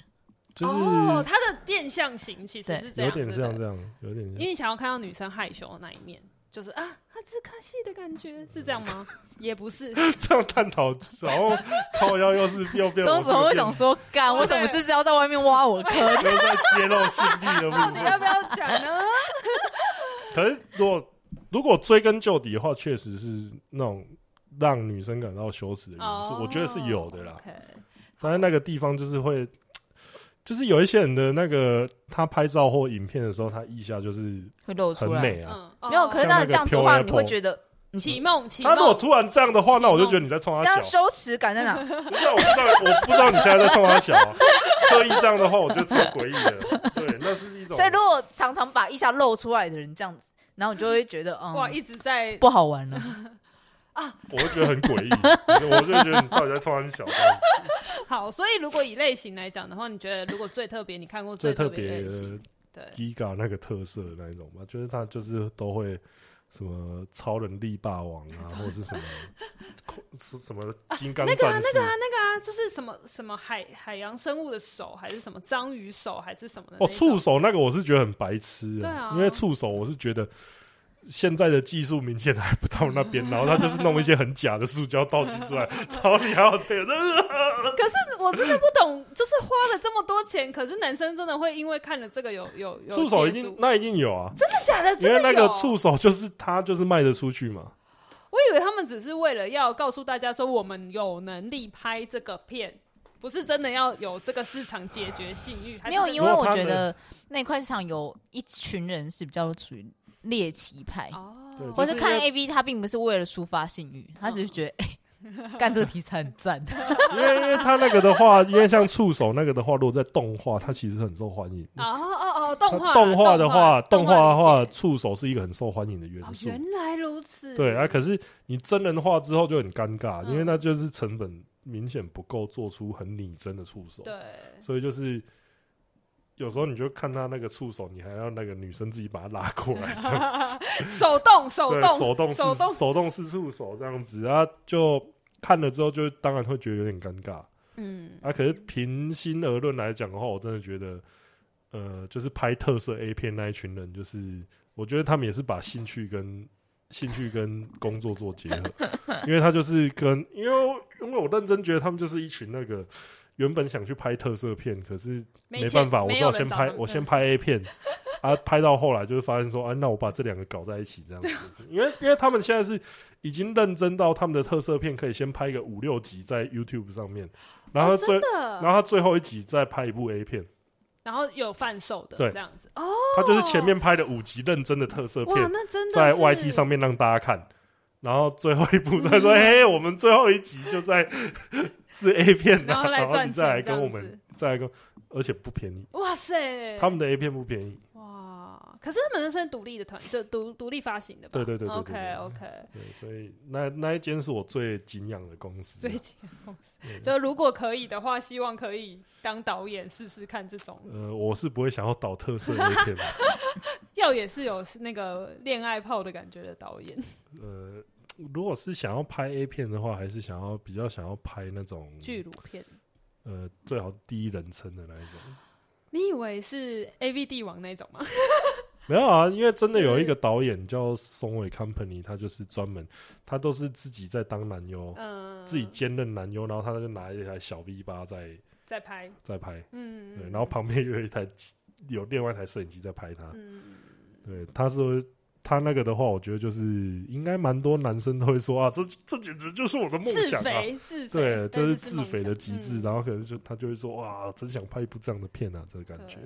S3: 就是
S2: 哦，它的变相型其实
S1: 对
S2: 是这
S3: 有
S2: 样，对
S3: 点
S2: 不
S3: 像
S2: 对
S3: 这样，有点
S2: 因
S3: 像。
S2: 为想要看到女生害羞的那一面，就是啊，她自卡戏的感觉是这样
S3: <laughs>
S2: 吗？也不是，
S3: <laughs> 这样探讨，然后靠腰又是又
S2: <laughs>
S3: 变，
S1: 钟
S3: 我
S1: 子红会
S3: 是 <laughs>
S1: 想说，干，为什么这是要在外面挖我坑？
S3: 变又在揭露性癖的部
S2: 到 <laughs> 底
S3: 分
S2: 啊要。不要讲呢？
S3: 可是如果如果追根究底的话，确实是那种让女生感到羞耻的元素，我觉得是有的啦。
S2: 哦 OK，
S3: 但是那个地方就是会，就是有一些人的那个他拍照或影片的时候，他腋下就是
S1: 会露
S3: 很
S1: 出来。哦
S3: 美啊。
S2: 嗯，
S1: 没有，可
S3: 像
S1: 是那
S3: 那个
S1: 这样子的
S3: pure
S1: 话，你
S3: apple
S1: 会觉得
S2: 启梦启
S3: 他如果
S2: 梦，
S3: 突然这样的话，
S2: 启
S3: 那我就
S2: 梦
S3: 觉得你在冲
S1: 那
S3: 他小。
S1: 羞耻感在哪？
S3: 不是啊，我不知道，我不知道你现在在冲他小、啊。刻意这样的话，我觉得超诡异的。对，那是一种
S1: 所以如果常常把腋下露出来的人这样子，然后你就会觉得，
S2: 哇，
S1: 嗯，
S2: 一直在
S1: 不好 <laughs> 玩了。
S3: 我会觉得很诡异， <laughs> 我就觉得你到底在冲他小。
S2: 好。所以如果以类型来讲的话，你觉得如果最特别，你看过
S3: 最
S2: 特
S3: 特
S2: 别的
S3: 别
S2: 类型
S3: 的？
S2: 对，
S3: Giga 那个特色的那一种吧，就是他就是都会什么超人力霸王啊，或者是什么 <laughs> 是什么金刚
S2: 那个啊，
S3: 战士
S2: 那，个啊，那个啊，就是什么什么海海洋生物的手，还是什么章鱼手，还是什么的那
S3: 哦，
S2: 种？
S3: 触手那个我是觉得很白痴
S2: 对啊
S3: 因为触手我是觉得。现在的技术明显还不到那
S2: <laughs>
S3: 边，然后他就是弄一些很假的塑胶道具出来，然后你还要对，
S2: 可是我真的不懂，就是花了这么多钱，可是男生真的会因为看了这个有有有
S3: 触手一
S2: 接
S3: 定
S2: 触
S3: 那一定有啊，
S2: 真的假的？
S3: 因
S2: 真
S3: 为
S2: 的
S3: 那个
S2: 有
S3: 触手就是它就是卖得出去
S2: <laughs>
S3: 嘛，
S2: 我以为他们只是为了要告诉大家说我们有能力拍这个片，不是真的要有这个市场解决性欲。还是
S1: 没有，
S2: 真的
S1: 因为
S3: 如
S1: 我
S3: 果他
S1: 觉
S3: 们
S1: 得那块市场有一群人是比较属于猎奇派，
S3: 对
S2: 哦，
S1: 或是
S3: 就是
S1: 看
S3: 因
S1: A V，他并不是为了抒发性欲，他只是觉得哎， <laughs> 干这个题材很 <laughs> 赞。
S3: 因为因为它那个的话，因为像触手那个的话，如果在动画，它其实很受欢迎。
S2: 哦哦哦，动画
S3: 它动画的话，动画的话，
S2: 理解
S3: 触手是一个很受欢迎的元
S2: 哦，
S3: 素。
S2: 原来如此。
S3: 对啊，可是你真人化之后就很尴尬，
S2: 嗯
S3: 因为那就是成本明显不够做出很拟真的触手。
S2: 对，
S3: 所以就是有时候你就看他那个触手，你还要那个女生自己把它拉过来，这样
S2: 手动 <laughs> 手
S3: 对
S2: 动手
S3: 手动
S2: 动
S3: 是，手动是触手这样子啊，就看了之后就当然会觉得有点尴尬。
S2: 嗯，
S3: 啊，可是平心而论来讲的话，我真的觉得，呃，就是拍特色 A 片那一群人，就是我觉得他们也是把兴趣跟兴趣跟工作做结合，因为他就是跟，因为因为我认真觉得他们就是一群那个原本想去拍特色片，可是
S2: 钱
S3: 办法，我
S2: 没
S3: 只
S2: 有
S3: 好
S2: 人
S3: 先
S2: 找
S3: 拍
S2: 他，们
S3: 我先
S2: 嗯
S3: 拍 A 片，啊，拍到后来就是发现说，啊，那我把这两个搞在一起这样子，因为因为他们现在是已经认真到他们的特色片可以先拍个五六集在 YouTube 上面，然后
S2: 哦
S3: 他最、
S2: 真的，
S3: 然后他最后一集再拍一部 A 片，
S2: 然后有贩售的
S3: 对
S2: 这样子哦，
S3: 他就是前面拍的五集认真的特色
S2: 哇，
S3: 片，
S2: 那真的
S3: 在
S2: 是
S3: YT 上面让大家看，然后最后一部
S2: <laughs>
S3: 再说，嘿，我们最后一集就在是 A 片啊，
S2: 然后来
S3: 然后你
S2: 赚
S3: 再来
S2: 钱这
S3: 跟我
S2: 样
S3: 们
S2: 子，
S3: 再来跟，而且不便宜，
S2: 哇塞，
S3: 他们的 A 片不便宜，
S2: 哇，可是他们是算独立的团，就独独立发行的吧？
S3: 对对对对对对
S2: OK OK，
S3: 对，所以那那一间是我最敬仰的公司
S2: 最
S3: 啊。
S2: 近的公司就如果可以的话，希望可以当导演试试看这种，
S3: 呃，我是不会想要导特色 A 片的，
S2: 要也是有那个恋爱泡的感觉的导演，
S3: 呃，如果是想要拍 A 片的话，还是想要比较想要拍那种
S2: 巨乳片。
S3: 呃，最好第一人称的那一种。 <laughs>
S2: 你以为是 A V 帝王那种吗？
S3: 没有啊，因为真的有一个导演叫松尾 Company，他就是专门，他都是自己在当男优，
S2: 嗯，
S3: 哦自己兼任男优，然后他就拿一台小 V 八在
S2: 在拍，
S3: 在拍，
S2: 嗯，
S3: 对，然后旁边又有一台有另外一台摄影机在拍他，
S2: 嗯，
S3: 对，他是他那个的话，我觉得就是应该蛮多男生都会说啊，这这简直就是我的梦
S2: 自
S3: 想啊。
S2: 肥自嗯肥，
S3: 对，
S2: 但
S3: 就
S2: 是
S3: 是自肥的极致，
S2: 的
S3: 然后可能就他就会说哇，真想拍一部这样的片啊，这个感觉。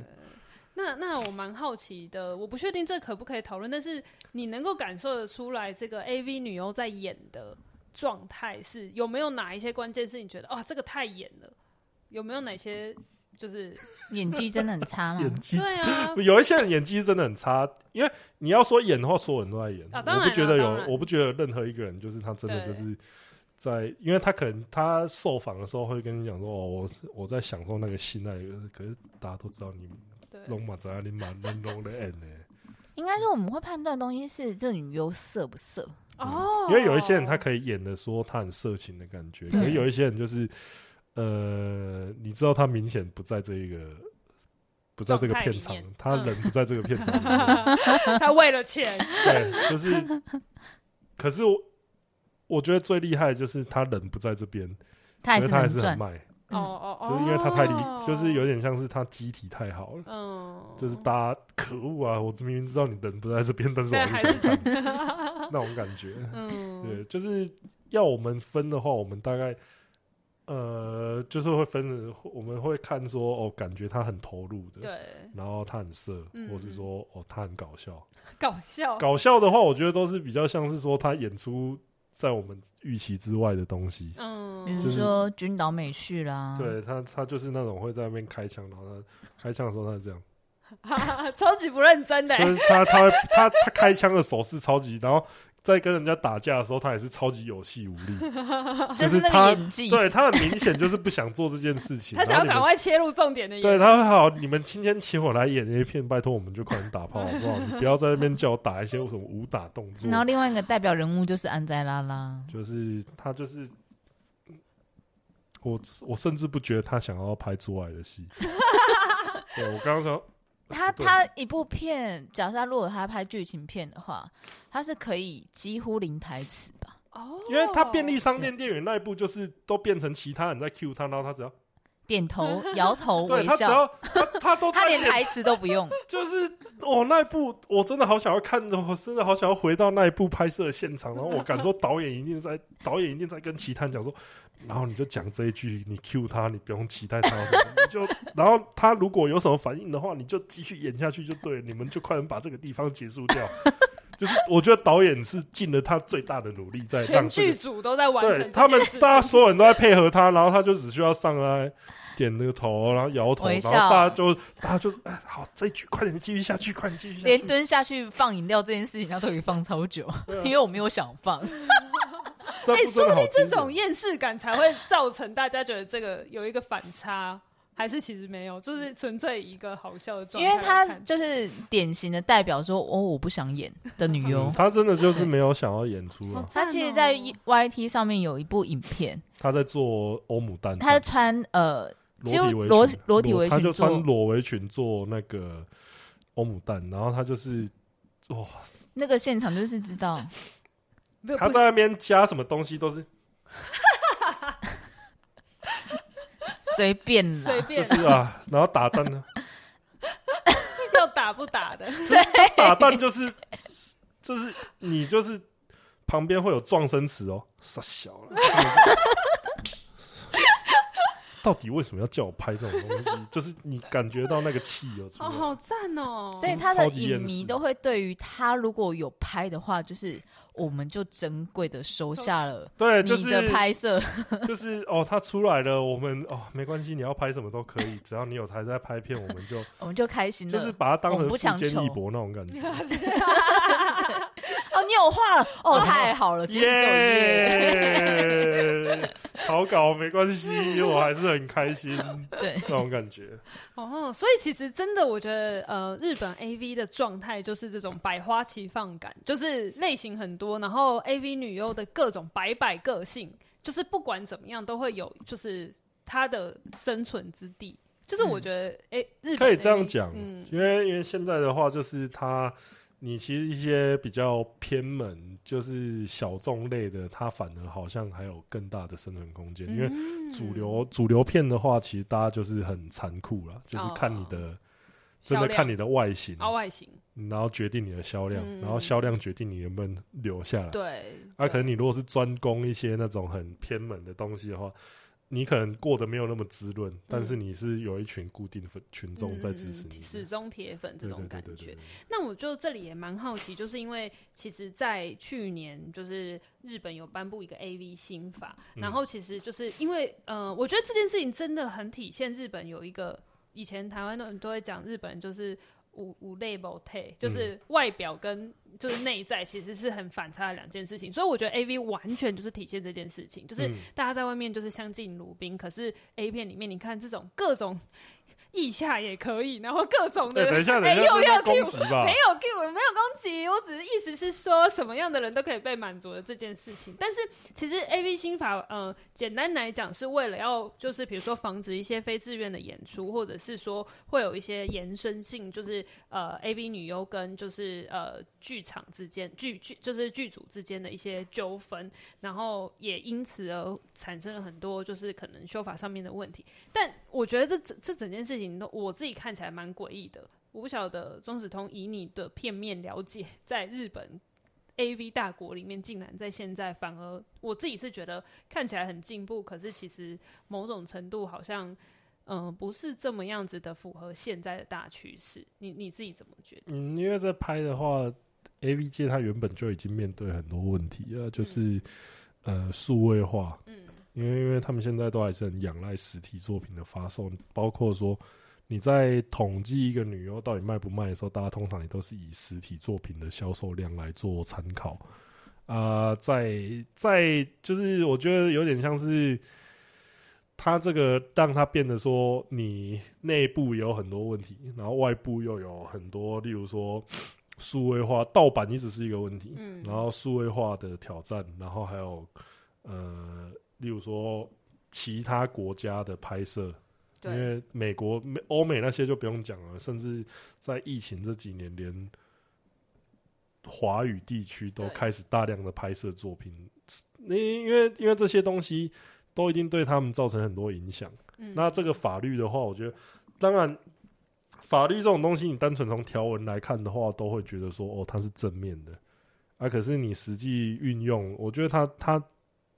S2: 那那我蛮好奇的，我不确定这可不可以讨论，但是你能够感受得出来，这个 AV 女优在演的状态是有没有哪一些关键是你觉得哦哇、这个太演了？有没有哪些就是
S1: 演技真的很差嘛。
S3: 演技？
S2: 对啊
S3: 有一些人演技真的很差，因为你要说演的话，所有人都在演。
S2: 啊当然
S3: 我不觉得
S2: 啊
S3: 有
S2: 当，然
S3: 我不觉得任何一个人就是他真的就是在，因为他可能他受访的时候会跟你讲说，哦，我我在享受那个性爱，可是大家都知道你
S2: 对，
S3: 龙马在你马龙龙的欸 N 呢。
S1: 应该说我们会判断的东西是这女优色不色，
S2: 哦，
S3: 因为有一些人
S2: <laughs>
S3: 他可以演的说他很色情的感觉，
S1: 对
S3: 可是有一些人就是，呃，你知道他明显不在这一个，不在这个片场
S2: 状态里面，
S3: 他
S2: 嗯
S3: 人不在这个片场里
S2: <laughs>
S3: 面，
S2: 他为了钱，
S3: 对，就是，可是我我觉得最厉害的就是他人不在这边，
S1: 她
S3: 可是
S1: 还是
S3: 他还
S1: 能
S3: 是很
S1: 赚。
S3: 卖，
S2: 哦哦哦，
S3: 就是因为他太厉，就是有点像是他机体太好了。
S2: 嗯，
S3: 就是大家可恶啊！我明明知道你人不在这边，但是我
S2: 但
S3: 还
S2: 还
S3: 是
S2: 是
S3: 想看那种感觉。
S2: 嗯
S3: 对，就是要我们分的话，我们大概呃，就是会分成，我们会看说哦，感觉他很投入的，
S2: 对
S3: 然后他很色，
S2: 嗯
S3: 或是说哦，他很搞笑。
S2: 搞笑
S3: 搞笑的话，我觉得都是比较像是说他演出在我们预期之外的东西。
S1: 比
S2: 嗯
S1: 如说军岛美绪啦，
S3: 对他，他就是那种会在那边开枪，然后他开枪的时候他是这样，
S2: 超级不认真的欸，
S3: 就是他他会他他开枪的手势超级，然后在跟人家打架的时候，他也是超级有气
S2: <laughs>
S3: 无力。
S1: 就是那个演技，
S3: 对他很明显就是不想做这件事情，
S2: 他想要
S3: 然
S2: 赶
S3: 后你
S2: 快
S3: 们
S2: 切入重点的演
S3: 对他会好，你们今天请我来演 A 片，拜托我们就快点打炮好不好？你不要在那边叫我打一些什么武打动作
S1: 然，后另外一个代表人物就是安在拉拉，
S3: 就是他就是我，我甚至不觉得他想要拍做爱的
S1: <laughs>
S3: 戏。对我刚刚说，
S1: 他
S3: 对
S1: 他一部片，假设他如果他拍剧情片的话，他是可以几乎零台词吧？
S2: 哦，
S3: 因为他便利商店店员那一步就是都变成其他人在 Q 他，然后他只要
S2: <laughs>
S3: 点
S1: 头摇头
S3: 对
S1: 哦微
S3: 他只
S1: 笑，
S3: 要他他都
S1: <laughs> 他
S3: 在
S1: 连
S3: 演
S1: 台词都
S3: <laughs>
S1: 不用。
S3: 就是我、哦、那一部，我真的好想要看，我真的好想要回到那一部拍摄的现场。然后我感受导演一定在，导演一定在跟其他人讲说，然后你就讲这一句，你 Q 他，你不用期待他有什么，你就然后他如果有什么反应的话，你就继续演下去就对了，你们就快点把这个地方结束掉。 <laughs> 就是我觉得导演是尽了他最大的努力在
S2: 全
S3: 让这
S2: 剧
S3: 个。
S2: 组都在完
S3: 对
S2: 成
S3: 他们，大家
S2: 家
S3: 所有人都在配合他，然后他就只需要上来点那个头，然后摇头，
S1: 微
S3: 然后
S1: 笑
S3: 大家就大家就是哎，好，这一局快点继续下去，快点继续下
S1: 连
S3: 去。
S1: 蹲下去放饮料这件事情，他都可以放超久，
S3: 对啊
S1: 因为我没有想放。
S2: 哎、说不定
S3: 这部真的好啊
S2: 这
S3: 经典
S2: 种厌世感才会造成大家觉得这个有一个反差，还是其实没有，就是纯粹一个好笑的状
S1: 因
S2: 态
S1: 为
S2: 来
S1: 他
S2: 看。
S1: 就是典型的代表说，哦，我不想演的女优
S3: 嗯。他真的就是没有想要演出
S2: 好
S3: 啊，
S1: 她
S2: 赞
S1: 其实，
S2: 哦
S1: 在 YT 上面有一部影片，
S3: 他在做欧姆蛋，
S1: 她穿呃
S3: 裸体
S1: 就
S3: 围
S1: 裸
S3: 裙
S1: 裸体围裙
S3: 他就穿
S1: 做
S3: 裸围裙做那个欧姆蛋，然后他就是。哇、
S1: 那个现场就是
S2: <laughs>
S1: 知道，
S2: 没有
S3: 他
S2: 不
S3: 在那边加什么东西都是，
S1: 随便
S2: 随
S1: 啦，
S3: 就
S2: 便
S3: <laughs> 是啊，然后打蛋呢，
S2: 要打不够打的，
S3: 打蛋就是就是你就是旁边会有撞声词哦，傻小了。到底为什么要叫我拍这种东 <laughs> 西？就是你感觉到那个气有出
S2: 哦，
S3: 来，
S2: 好赞哦！
S1: 所以他的
S3: 超级厌
S1: 影迷
S3: 世
S1: 都会对于他如果有拍的话，就是我们就珍贵的收下了
S3: <laughs> 对，就
S1: 你
S3: 是
S1: 的拍摄， <laughs>
S3: 就是哦，他出来了，我们哦没关系，你要拍什么都可以，只要你有台在拍片，我们就
S1: 我们就开心
S3: 就
S1: 了。
S3: 是把它当
S1: 我
S3: 成
S1: 们不
S3: 富
S1: 强
S3: 坚义
S1: 求
S3: 博那种感觉。
S1: 哦，你有画了，
S3: <laughs>
S1: 哦，太好了，今天 <laughs> 只有耶，
S3: 耶！草稿没关系，我还是很开心，
S1: 对
S3: 那种感觉。
S2: 哦，所以其实真的，我觉得呃，日本 A V 的状态就是这种百花齐放感，就是类型很多，然后 A V 女优的各种百百个性，就是不管怎么样都会有，就是她的生存之地。就是我觉得，哎、日本
S3: 嗯可以
S2: AV
S3: 这样讲，
S2: 嗯，
S3: 因为因为现在的话，就是它，你其实一些比较偏门，就是小众类的，它反而好像还有更大的生存空间。因为
S2: 嗯
S3: 主流主流片的话，其实大家就是很残酷啦，就是看你的、真
S2: 哦销
S3: 的
S2: 量
S3: 看你的外形，
S2: 凹外形，
S3: 然后决定你的销量，
S2: 嗯
S3: 然后销量决定你能不能留下来。
S2: 对，
S3: 啊，可能你如果是专攻一些那种很偏门的东西的话，你可能过得没有那么滋润，
S2: 嗯
S3: 但是你是有一群固定的群众在支持你的，
S2: 始终铁粉这
S3: 对
S2: 种
S3: 对对
S2: 感
S3: 对
S2: 觉
S3: 对。。
S2: 那我就这里也蛮好奇，就是因为其实，在去年就是日本有颁布一个 A V 新法，
S3: 嗯
S2: 然后其实就是因为呃，我觉得这件事情真的很体现日本有一个以前台湾的人都会讲日本人就是无无类 l 态，
S3: 嗯
S2: 就是外表跟就是内在其实是很反差的两件事情，所以我觉得 A V 完全就是体现这件事情，就是
S3: 嗯
S2: 大家在外面就是相敬如宾，可是 A 片里面你看这种各种 <laughs> 意下也可以，然后各种的
S3: 对，等一下，等
S2: <laughs> 哎
S3: 一下，
S2: 又
S3: 这
S2: 要
S3: 叫
S2: Q
S3: 攻击吧
S2: 没？有 Q，我没有攻击，我只是意思是说什么样的人都可以被满足的这件事情。但是其实 A V 新法，呃，简单来讲是为了要就是比如说防止一些非自愿的演出，或者是说会有一些延伸性，就是呃 A V 女优跟就是呃剧场之间剧剧就是剧组之间的一些纠纷，然后也因此而产生了很多就是可能修法上面的问题。但我觉得这这这整件事情都我自己看起来蛮诡异的。我不晓得钟子通以你的片面了解，在日本 A V 大国里面，竟然在现在反而我自己是觉得看起来很进步，可是其实某种程度好像嗯、呃不是这么样子的符合现在的大趋势。你你自己怎么觉得？
S3: 嗯，因为在拍的话，A V 界它原本就已经面对很多问题了，就是、呃数位化，
S2: 嗯
S3: 因为因为他们现在都还是很仰赖实体作品的发售，包括说你在统计一个女优到底卖不卖的时候，大家通常也都是以实体作品的销售量来做参考。啊、在在就是我觉得有点像是。它这个让它变得说，你内部有很多问题，然后外部又有很多，例如说数位化、盗版一直是一个问题，
S2: 嗯
S3: 然后数位化的挑战，然后还有呃，例如说其他国家的拍摄，因
S2: 对，
S3: 为美国、美欧美那些就不用讲了，甚至在疫情这几年，连华语地区都
S1: 对
S3: 开始大量的拍摄作品，因因为因为这些东西都一定对他们造成很多影响。
S2: 嗯
S3: 那这个法律的话，我觉得当然。法律这种东西，你单纯从条文来看的话，都会觉得说，哦，它是正面的，啊，可是你实际运用，我觉得它它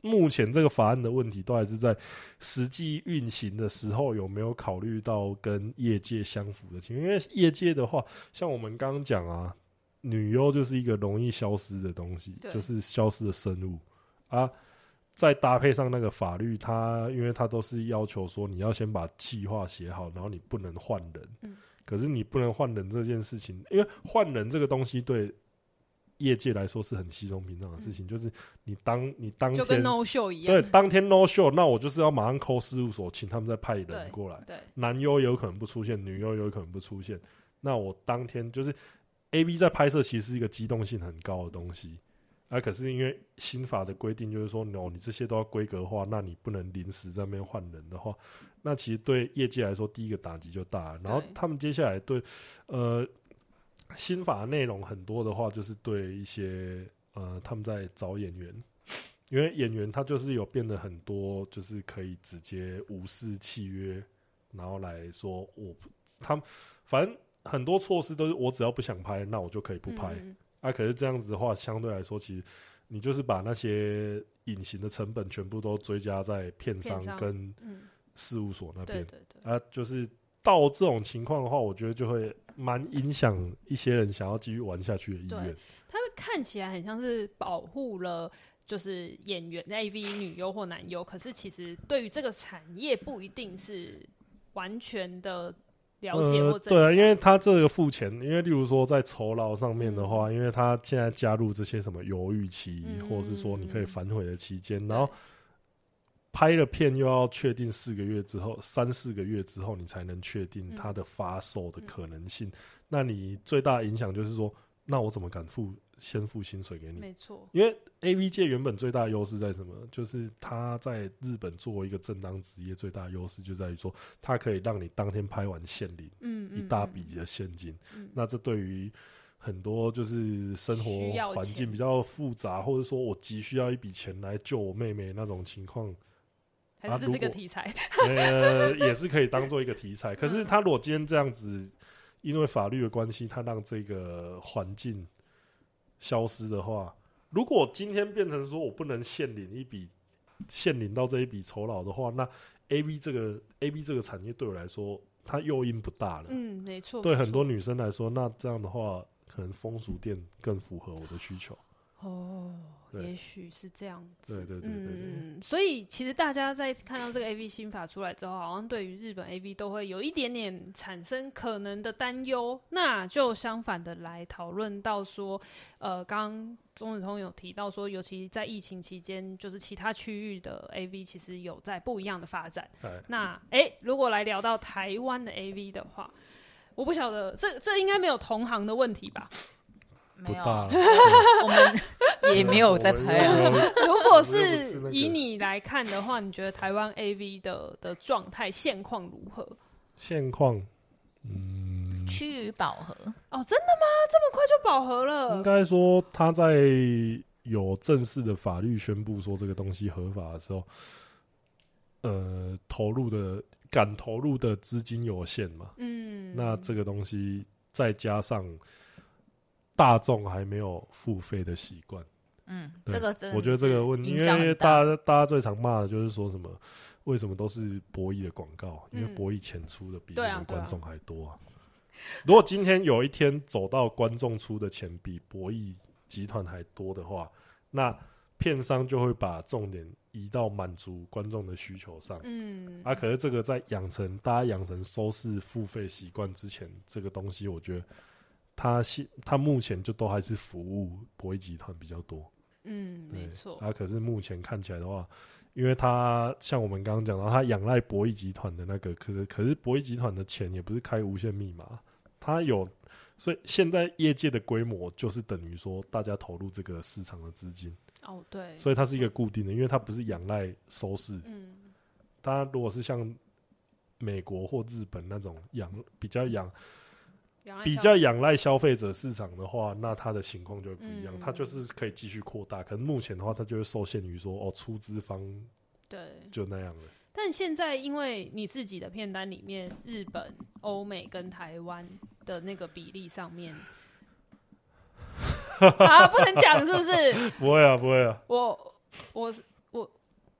S3: 目前这个法案的问题，都还是在实际运行的时候有没有考虑到跟业界相符的情况？因为业界的话，像我们刚刚讲啊，女优就是一个容易消失的东西
S2: 对，
S3: 就是消失的生物啊。再搭配上那个法律，它因为它都是要求说你要先把计划写好，然后你不能换人。
S2: 嗯
S3: 可是你不能换人这件事情，因为换人这个东西对业界来说是很稀松平常的事情，就是你当你当
S2: 嗯就跟
S3: 天
S2: No Show 一样
S3: 对，，当天 no show，那我就是要马上 call 事务所，请他们再派
S2: 对
S3: 人过来。
S2: 对，
S3: 男优有可能不出现，女优有可能不出现。那我当天就是 A B 在拍摄，其实是一个机动性很高的东西。啊，可是因为新法的规定就是说，no，你这些都要规格化，那你不能临时在那边换人的话，那其实对业界来说，第一个打击就大了。然后
S2: 对
S3: 他们接下来对，呃，新法内容很多的话，就是对一些呃，他们在找演员，因为演员他就是有变得很多，就是可以直接无视契约，然后来说我不他们反正很多措施都是我只要不想拍，那我就可以不拍。
S2: 嗯
S3: 啊，可是这样子的话，相对来说，其实你就是把那些隐形的成本全部都追加在片商
S2: 片商
S3: 跟
S2: 嗯，
S3: 事务所那
S2: 对
S3: 边
S2: 对对，
S3: 啊，就是到这种情况的话，我觉得就会蛮影响一些人想要继续玩下去的意
S2: 对
S3: 愿。
S2: 他们看起来很像是保护了。就是演员 AV 女优或男优，可是其实对于这个产业不一定是完全的了解或
S3: 呃，
S2: 正
S3: 对啊，
S2: 向
S3: 因为他这个付钱，因为例如说在酬劳上面的话，因为他现在加入这些什么犹豫期，
S2: 嗯
S3: 或者是说你可以反悔的期间，
S2: 对
S3: 然后拍了片又要确定四个月之后，三四个月之后你才能确定它
S2: 嗯
S3: 的发售的可能性。那你最大的影响就是说，那我怎么敢付先付薪水给你？
S2: 没错，
S3: 因为 A V 界原本最大的优势在什么？就是它在日本作为一个正当职业，最大的优势就在于说，它可以让你当天拍完现领
S2: 嗯，
S3: 一
S2: 嗯
S3: 大笔，的现金。
S2: 嗯
S3: 那这对于很多就是生活
S2: 需要
S3: 环境
S2: 钱
S3: 比较复杂，或者说我急需要一笔钱来救我妹妹那种
S2: <laughs>
S3: 情况，
S2: 还
S3: 啊
S2: 是这是
S3: 如
S2: 个
S3: 果
S2: 题材，
S3: 呃，也是可以当做一个题材。
S2: 嗯
S3: 可是他如果今天这样子，因为法律的关系，他让这个环境消失的话，如果今天变成说我不能现领一笔，现领到这一笔酬劳的话，那 A V 这个 A V 这个产业对我来说，它诱因不大了。
S2: 嗯，没错，
S3: 对
S2: 没
S3: 很
S2: 错
S3: 多女生来说，那这样的话，可能风俗店更符合我的需求。
S2: 哦，
S3: 对
S2: 也许是这样子。
S3: 对对对对对
S2: 嗯，所以其实大家在看到这个 A V 新法出来之后，好像对于日本 A V 都会有一点点产生可能的担忧。那就相反的来讨论到说，呃，刚刚钟子通有提到说，尤其在疫情期间，就是其他区域的 A V 其实有在不一样的发展。
S3: 哎，
S2: 那诶，如果来聊到台湾的 A V 的话，我不晓得这这应该没有同行的问题吧？
S1: 没
S3: 不
S1: 有，
S3: 大了， <laughs>
S1: 我们也没有在拍啊。
S3: 啊。 <laughs>
S2: 如果
S3: 我又不
S2: 是
S3: 是那个
S2: 以你来看的话，你觉得台湾 AV 的的状态现况如何？
S3: 现况，嗯，
S1: 趋于饱和，
S2: 哦，真的吗？这么快就饱和了
S1: 呃
S3: 应？该说他在有正式的法律宣布说这个东西合法的时候，呃，投入的敢投入的资金有限嘛，
S2: 嗯，
S3: 那这个东西再加上大众还没有付费的习惯。
S1: 嗯，
S3: 对
S1: 这个真的
S3: 我觉得这个问，
S1: 是
S3: 因
S1: 影响
S3: 为
S1: 很
S3: 大
S1: 大。
S3: 家大家最常骂的就是说什么，为什么都是博弈的广告？因为
S2: 嗯
S3: 博弈钱出的比我
S2: 对啊
S3: 们
S2: 对啊
S3: 观众还多啊。如果今天有一天走到观众出的钱比博弈集团还多的话，那片商就会把重点移到满足观众的需求上。
S2: 嗯
S3: 啊，可是这个在养成大家养成收视付费习惯之前，这个东西我觉得它现它目前就都还是服务博弈集团比较多。
S2: 嗯，
S3: 对
S2: 没错，
S3: 啊，可是目前看起来的话，因为他像我们刚刚讲到，他仰赖博弈集团的那个，可是可是博弈集团的钱也不是开无限密码，他有，所以现在业界的规模就是等于说大家投入这个市场的资金，
S2: 哦对，
S3: 所以它是一个固定的，因为它不是仰赖收视。
S2: 嗯
S3: 它如果是像美国或日本那种仰比较仰
S2: 两岸
S3: 比
S2: 相
S3: 较仰赖消费者市场的话，那它的情况就会不一样，
S2: 嗯
S3: 它就是可以继续扩大。可是目前的话，它就会受限于说，哦，出资方
S2: 对。
S3: 就那样了。 <laughs>
S2: 但现在因为你自己的片单里面，日本、欧美跟台湾的那个比例上
S3: <laughs>
S2: 面，啊，不能讲是不是？
S3: 不会啊，不会啊，
S2: 我我我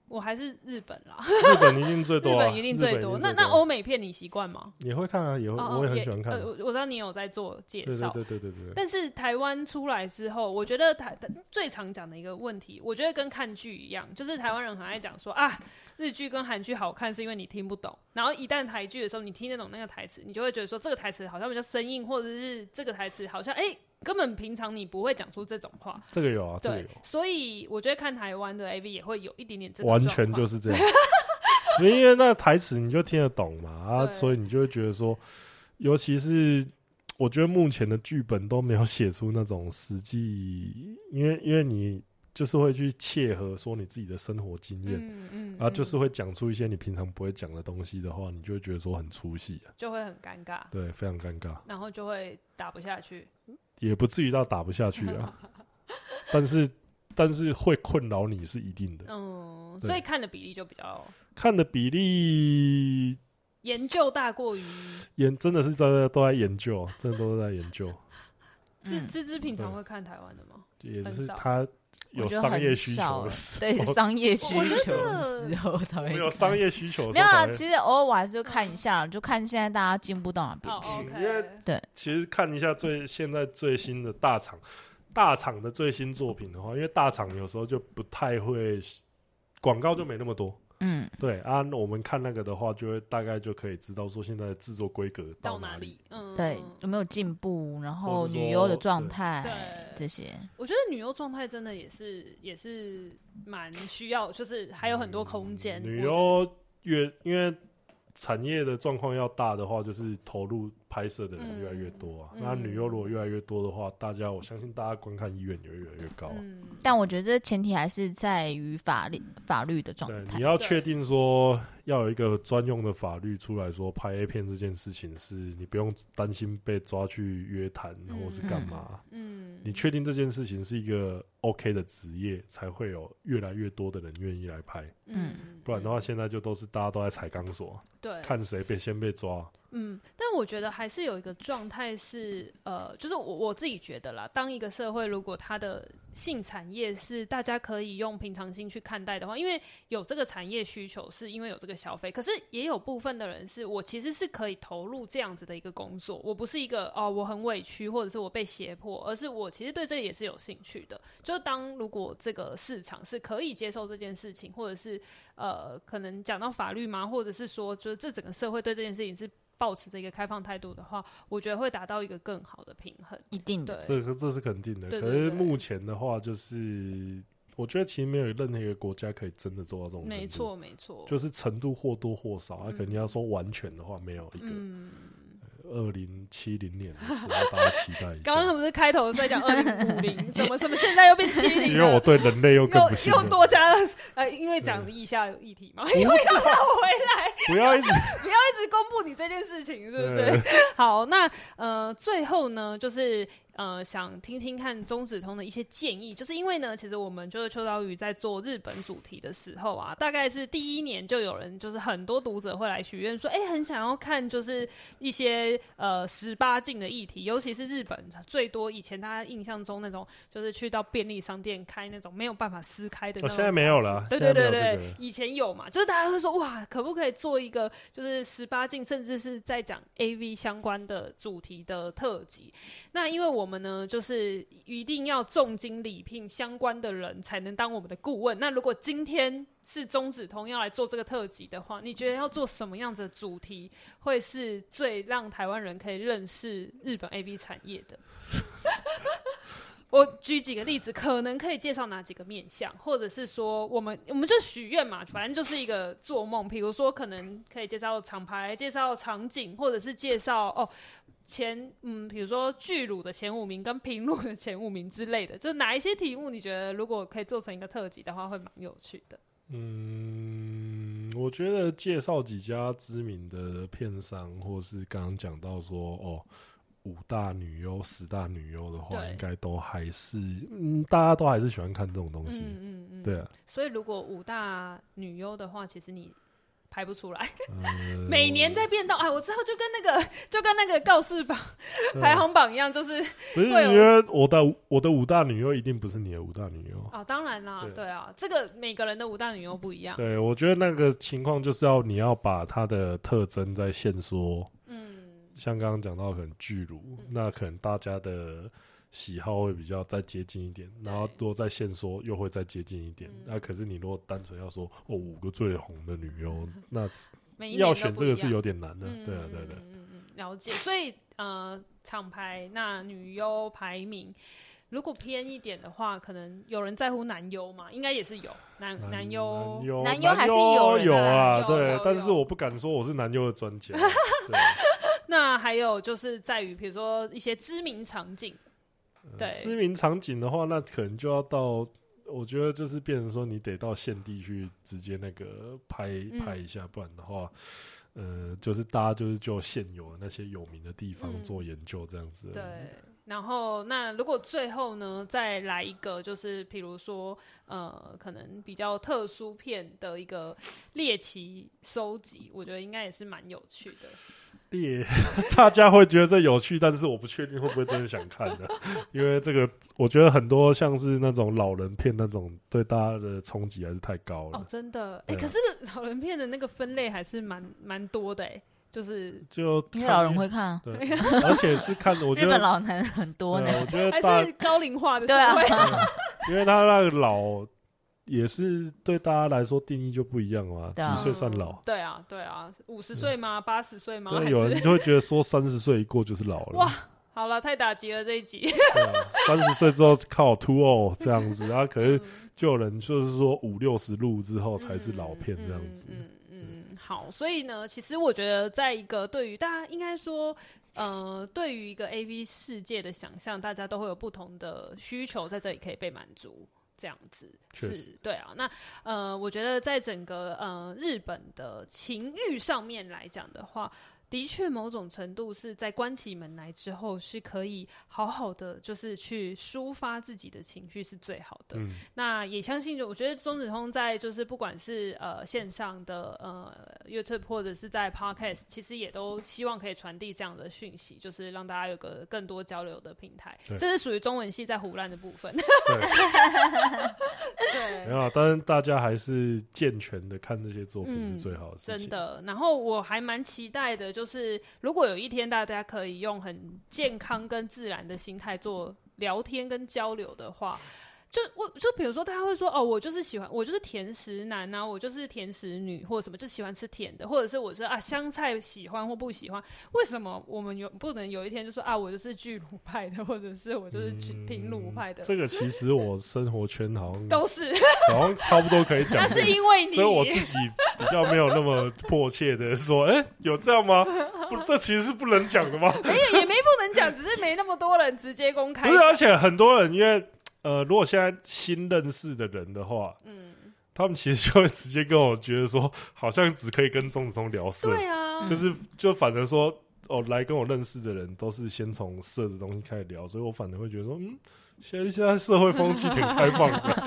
S2: 我还是日本啦，
S3: 日本一定最
S2: 日
S3: 多、啊，
S2: 本一定最多。
S3: 日本
S2: 那
S3: 一定
S2: 那欧美片你习惯吗？
S3: 也会看啊，也会，
S2: 哦
S3: 我
S2: 哦
S3: 也很喜欢看啊、
S2: 呃我我知道你有在做介
S3: 对
S2: 绍，
S3: 对对对对对，
S2: 但是台湾出来之后，我觉得台最常讲的一个问题，我觉得跟看剧一样，就是台湾人很爱讲说啊，日剧跟韩剧好看是因为你听不懂，然后一旦台剧的时候，你听得懂那个台词，你就会觉得说这个台词好像比较生硬，或者是这个台词好像哎、根本平常你不会讲出这种话。
S3: 这个有啊，这个
S2: 对
S3: 有，，
S2: 所以我觉得看台湾的 AV 也会有一点点这个
S3: 完全
S2: 状况
S3: 就是这样。 <laughs> 因为那台词你就听得懂嘛，啊，
S2: 对
S3: 所以你就会觉得说，尤其是我觉得目前的剧本都没有写出那种实际，因为因为你就是会去切合说你自己的生活经验。
S2: 嗯嗯
S3: 啊，就
S2: 嗯
S3: 是会讲出一些你平常不会讲的东西的话，你就会觉得说很出戏、啊，
S2: 就会很尴尬，
S3: 对，非常尴尬，
S2: 然后就会打不下去。
S3: 也不至于到打不下去啊。
S2: <laughs>
S3: 但是，但是会困扰你是一定的。
S2: 嗯，
S3: 对
S2: 所以看的比例就比较
S3: 看的比例
S2: 研究大过于
S3: 研真的是在都在研究，真的都是在研究，
S2: 自
S1: 嗯
S2: 自知平常
S3: 对
S2: 会看台湾的吗？
S3: 也
S2: 很
S3: 是
S2: 少
S3: 他有
S1: 我觉得
S3: 商业
S1: 很
S3: 需
S1: 少
S3: 求的
S1: 欸
S3: 时
S1: 对
S3: 候，
S1: 商业需
S2: 我觉
S1: 求
S2: 得
S1: 之后才
S3: 我
S1: <laughs> 会
S3: 们有
S1: 看
S3: 商业需求的时
S1: 没有
S3: 候才
S1: 啊，
S3: 会。
S1: 其实偶尔我还是会看一下，就看现在大家进步到哪边
S2: 哦
S1: 去。
S2: ，OK，
S3: 因为其实看一下最现在最新的大厂，大厂的最新作品的话，因为大厂有时候就不太会广告就没那么多。
S1: 嗯，
S3: 对啊，那我们看那个的话，就会大概就可以知道说现在的制作规格
S2: 到
S3: 哪
S2: 哪。里？嗯，
S1: 对，有没有进步，然后
S3: 或是说
S1: 女优的状态
S2: 对
S1: 这些，
S2: 我觉得女优状态真的也是也是蛮需要，就是还有很多空间。
S3: 女
S2: 我
S3: 优嗯越因为产业的状况要大的话，就是投入拍摄的人
S2: 嗯
S3: 越来越多啊。
S2: 嗯
S3: 那女优如果越来越多的话，大家我相信大家观看意愿也会越来越高
S2: 觉
S3: 啊、
S2: 得嗯，
S1: 但我觉得这前提还是在于法律法律的状
S3: 对，
S1: 态
S3: 你。要
S2: 对
S3: 确定说要有一个专用的法律出来说拍 A 片这件事情是你不用担心被抓去约谈
S2: 嗯
S3: 或是干嘛，
S2: 嗯，
S3: 你确定这件事情是一个 OK 的职业，才会有越来越多的人愿意来拍，
S1: 嗯
S3: 不然的话现在就都是大家都在踩钢索，
S2: 对，
S3: 看谁被先被抓。
S2: 嗯，但我觉得还是有一个状态是，呃，就是我我自己觉得啦，当一个社会如果它的性产业是大家可以用平常心去看待的话，因为有这个产业需求，是因为有这个消费，可是也有部分的人是我其实是可以投入这样子的一个工作，我不是一个哦我很委屈或者是我被胁迫，而是我其实对这个也是有兴趣的。就当如果这个市场是可以接受这件事情，或者是呃可能讲到法律嘛，或者是说就是这整个社会对这件事情是保持着一个开放态度的话，我觉得会达到一个更好的平衡。
S1: 一定的，
S2: 对，
S3: 这个这是肯定的，
S2: 对
S3: 可
S2: 对对
S3: 是目前的话，就是我觉得其实没有任何一个国家可以哦真的做到这种程度。
S2: 没错，没错，
S3: 就是程度或多或少，啊，
S2: 嗯
S3: 肯定要说完全的话，没有一个。
S2: 嗯。
S3: 二零七零年的时候，大家期待一下。
S2: <laughs> 刚刚不是开头在讲二零五
S3: <laughs>
S2: 零，怎么什么现在又变七零？
S3: 因为我对人类又更不信
S2: 又
S3: 任
S2: 又，多加了呃，因为讲腋下有议题嘛，因为要让我回来，
S3: 不
S2: <laughs>
S3: 要一直
S2: 一直公布你这件事情，是不
S3: 对
S2: 是？好，那呃，最后呢，就是呃，想听听看中子通的一些建议，就是因为呢，其实我们就是秋刀鱼在做日本主题的时候啊，大概是第一年就有人，就是很多读者会来许愿说，哎、很想要看就是一些呃十八禁的议题，尤其是日本最多以前大家印象中那种，就是去到便利商店开那种没有办法撕开的那
S3: 哦
S2: 种杂志、
S3: 现在没有了
S2: 对
S3: 现在
S2: 对
S3: 没有
S2: 对
S3: 这个
S2: 对，以前有嘛，就是大家会说哇，可不可以做一个就是十八禁，甚至是在讲 A V 相关的主题的特辑？那因为我们呢，就是一定要重金礼聘相关的人才能当我们的顾问。那如果今天是中子通要来做这个特辑的话，你觉得要做什么样子的主题会是最让台湾人可以认识日本 A V 产业的？我举几个例子，可能可以介绍哪几个面向，或者是说我们我们就许愿嘛，反正就是一个做梦。比如说，可能可以介绍厂牌、介绍场景，或者是介绍哦前嗯，比如说巨乳的前五名跟平乳的前五名之类的，就哪一些题目你觉得如果可以做成一个特辑的话，会蛮有趣的。
S3: 嗯，我觉得介绍几家知名的片商，或是刚刚讲到说哦，五大女优、十大女优的话，
S2: 对
S3: 应该都还是嗯，大家都还是喜欢看这种东西。
S2: 嗯嗯嗯，
S3: 对啊，
S2: 所以如果五大女优的话，其实你排不出来，
S3: 呃
S2: 每年在变动。哎，我知道，就跟那个就跟那个告示榜
S3: 对
S2: 排行榜一样，就是
S3: 不是因
S2: 会哦有
S3: 为我的我的五大女优一定不是你的五大女优。
S2: 哦，当然啦，
S3: 对
S2: 对啊，这个每个人的五大女优不一样。
S3: 对，我觉得那个情况就是要你要把它的特征再限缩，
S2: 嗯，
S3: 像刚刚讲到可能巨乳，那可能大家的喜好会比较再接近一点，然后如果再限缩又会再接近一点。
S2: 嗯
S3: 那、可是你如果单纯要说哦五个最红的女优，
S2: <laughs>
S3: 那是
S2: 每一年
S3: 要
S2: 都
S3: 选
S2: 不
S3: 这
S2: 一
S3: 个是
S2: 样
S3: 有点难的。
S2: 嗯
S3: 对啊，对啊对啊
S2: 嗯嗯嗯，了解。所以呃，厂牌那女优排名，如果偏一点的话，可能有人在乎男优嘛，应该也是有男嗯男优
S3: 男。优
S1: 男优还是
S3: 有
S1: 有人啊
S3: 啊，
S2: 有
S3: 对
S2: 有，
S3: 但是
S2: 有
S3: 我不敢说我是男优的专
S2: <laughs>
S3: 家。对
S2: <laughs> 那还有就是在于，比如说一些知名场景，对
S3: 呃知名场景的话，那可能就要到，我觉得就是变成说你得到现地去直接那个拍
S2: 嗯
S3: 拍一下，不然的话，呃，就是大家就是就现有的那些有名的地方
S2: 嗯
S3: 做研究这样子。
S2: 对，然后，那如果最后呢，再来一个，就是比如说，呃，可能比较特殊片的一个猎奇收集，我觉得应该也是蛮有趣的。
S3: 猎， <laughs> 大家会觉得这有趣，但是我不确定会不会真的想看的， <laughs> 因为这个我觉得很多像是那种老人片那种，对大家的冲击还是太高了。
S2: 哦，真的，哎、
S3: 对啊
S2: 可是老人片的那个分类还是蛮蛮多的、哎，就是
S3: 就
S1: 因
S3: 看
S1: 为老人会看啊，
S3: 对，而且是看我觉
S1: 日本
S3: 得，呃
S1: 老男人很多呢
S3: 对。我觉得
S2: 还
S3: 大
S2: 是高龄
S1: <laughs>
S2: 化的社
S1: 对啊
S2: 会。 <laughs>
S3: <laughs> 因为他那个老也是对大家来说定义就不一样嘛，
S1: 对啊
S3: 几岁算老？嗯
S2: 对啊，对啊，五十岁吗？八十岁吗？还
S3: 对，
S2: 是
S3: 有人就会觉得说三十岁一过就是老了，嗯
S2: 哇 <laughs> 好了，太打击了这一集。
S3: 三十岁之后靠 two o 这样子，啊，可是
S2: 嗯
S3: 就有人就是说五六十路之后才是老片这样子，
S2: 嗯嗯嗯嗯好，所以呢，其实我觉得，在一个对于大家应该说，呃，对于一个 A V 世界的想象，大家都会有不同的需求，在这里可以被满足。这样子
S3: 确
S2: 是对啊，那呃，我觉得在整个呃日本的情欲上面来讲的话，的确某种程度是在关起门来之后，是可以好好的就是去抒发自己的情绪是最好的。
S3: 嗯，
S2: 那也相信，我觉得钟子通在就是不管是呃线上的呃 YouTube 或者是在 Podcast，其实也都希望可以传递这样的讯息，就是让大家有个更多交流的平台
S3: 对。
S2: 这是属于中文系在胡乱的部分。嗯
S3: 没 <laughs>
S2: 对，
S3: 有啊，但是大家还是健全的看这些作品
S2: 嗯
S3: 是最好的事情。
S2: 真的。然后我还蛮期待的，就是如果有一天大家可以用很健康跟自然的心态做聊天跟交流的话。就我就比如说，大家会说哦，我就是喜欢，我就是甜食男啊，我就是甜食女，或者什么，就喜欢吃甜的，或者是我说啊，香菜喜欢或不喜欢，为什么我们有不能有一天就说啊，我就是巨乳派的，或者是我就是巨
S3: 嗯
S2: 平乳派的，
S3: 这个其实我生活圈好像
S2: 都是，
S3: 好像差不多可以
S2: <laughs>
S3: 讲
S2: 那
S3: 这个，
S2: 是因为你，
S3: 所以我自己比较没有那么迫切的说，哎、有这样吗？不，这其实是不能讲的吗？
S2: 没有也没不能讲，只是没那么多人直接公开
S3: 不是，，啊而且很多人因为呃，如果现在新认识的人的话，
S2: 嗯。
S3: 他们其实就会直接跟我觉得说，好像只可以跟钟子通聊色，
S2: 对啊，
S1: 嗯
S3: 就是就反正说哦，来跟我认识的人都是先从色的东西开始聊，所以我反而会觉得说，嗯，现在现在社会风气挺开放的，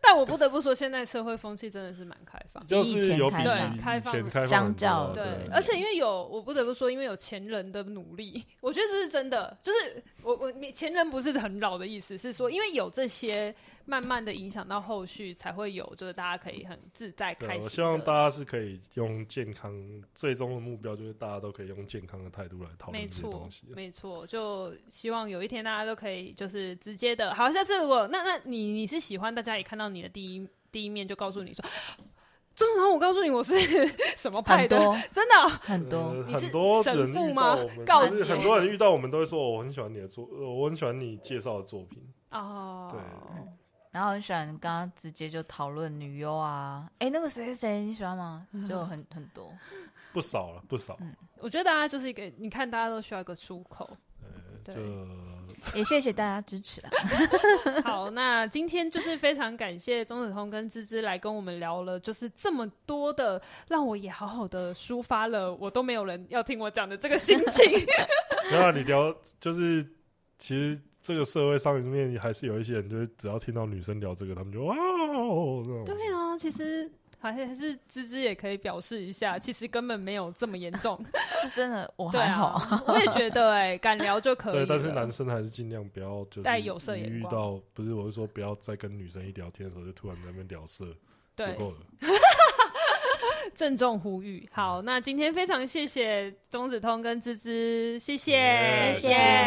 S2: 但我不得不说，现在社会风气真的是蛮开放。
S1: 比
S3: 就
S1: 以
S3: 是
S1: 前
S3: 有比
S2: 放
S1: 开
S3: 以
S2: 对开放
S3: 前开放
S1: 相
S3: 很多
S1: 较
S3: 对
S1: 对，
S2: 而且因为有，我不得不说，因为有前人的努力，我觉得这是真的。就是我我前人不是很老的意思，是说因为有这些，慢慢的影响到后续，才会有就是大家可以很自在开
S3: 对，
S2: 心。
S3: 我希望大家是可以用健康，最终的目标就是大家都可以用健康的态度来讨
S2: 没
S3: 论这些
S2: 错
S3: 东西，。啊
S2: 没错，就希望有一天大家都可以就是直接的。好，下次如果那那你你是喜欢大家也看到你的第一第一面就告诉你说， <gasps> 钟然后我告诉你我是 <laughs> 什么派
S1: 很
S2: 的，
S1: 多
S2: 真的哦、
S1: 很多
S3: 呃
S2: 你
S3: 很
S2: 是
S3: 多
S2: 神
S3: 人
S2: 父
S3: 遇
S2: 吗
S3: 到我们，
S2: 告
S3: 就是
S2: 解
S3: 很多人遇到我们都会说，哦我很喜欢你的作，呃我很喜欢你介绍的作品。
S2: 哦，
S3: 对
S1: 然后很喜欢跟他直接就讨论女优啊，哎、那个谁谁谁你喜欢吗？就
S2: 嗯
S1: 很很多，
S3: 不少了，不少。
S2: 我觉得大家就是一个，你看大家都需要一个出口。
S3: 呃就
S2: 对
S1: 也谢谢大家支持啊啦。
S2: 好，那今天就是非常感谢钟子通跟芝芝来跟我们聊了，就是这么多的，让我也好好的抒发了我都没有人要听我讲的这个心
S3: <laughs>
S2: 情。
S3: 然啊后你聊，就是其实这个社会上面还是有一些人，就是只要听到女生聊这个，他们就哇哦，这种
S2: 对啊，其实还是还是芝芝也可以表示一下，其实根本没有这么严
S3: <laughs>
S2: 重。
S1: 这真的我
S2: 对
S1: 还好，
S2: 啊，我也觉得哎、敢聊就可以
S3: 对，
S2: 了。
S3: 但是男生还是尽量不要就是
S2: 带有色
S3: 一
S2: 眼
S3: 遇
S2: 光
S3: 到不是，我是说不要再跟女生一聊天的时候就突然在那边聊色，
S2: 对
S3: 不够了。
S2: 郑重呼吁。好，那今天非常谢谢钟子通跟芝芝，谢谢，
S3: 耶
S1: 谢谢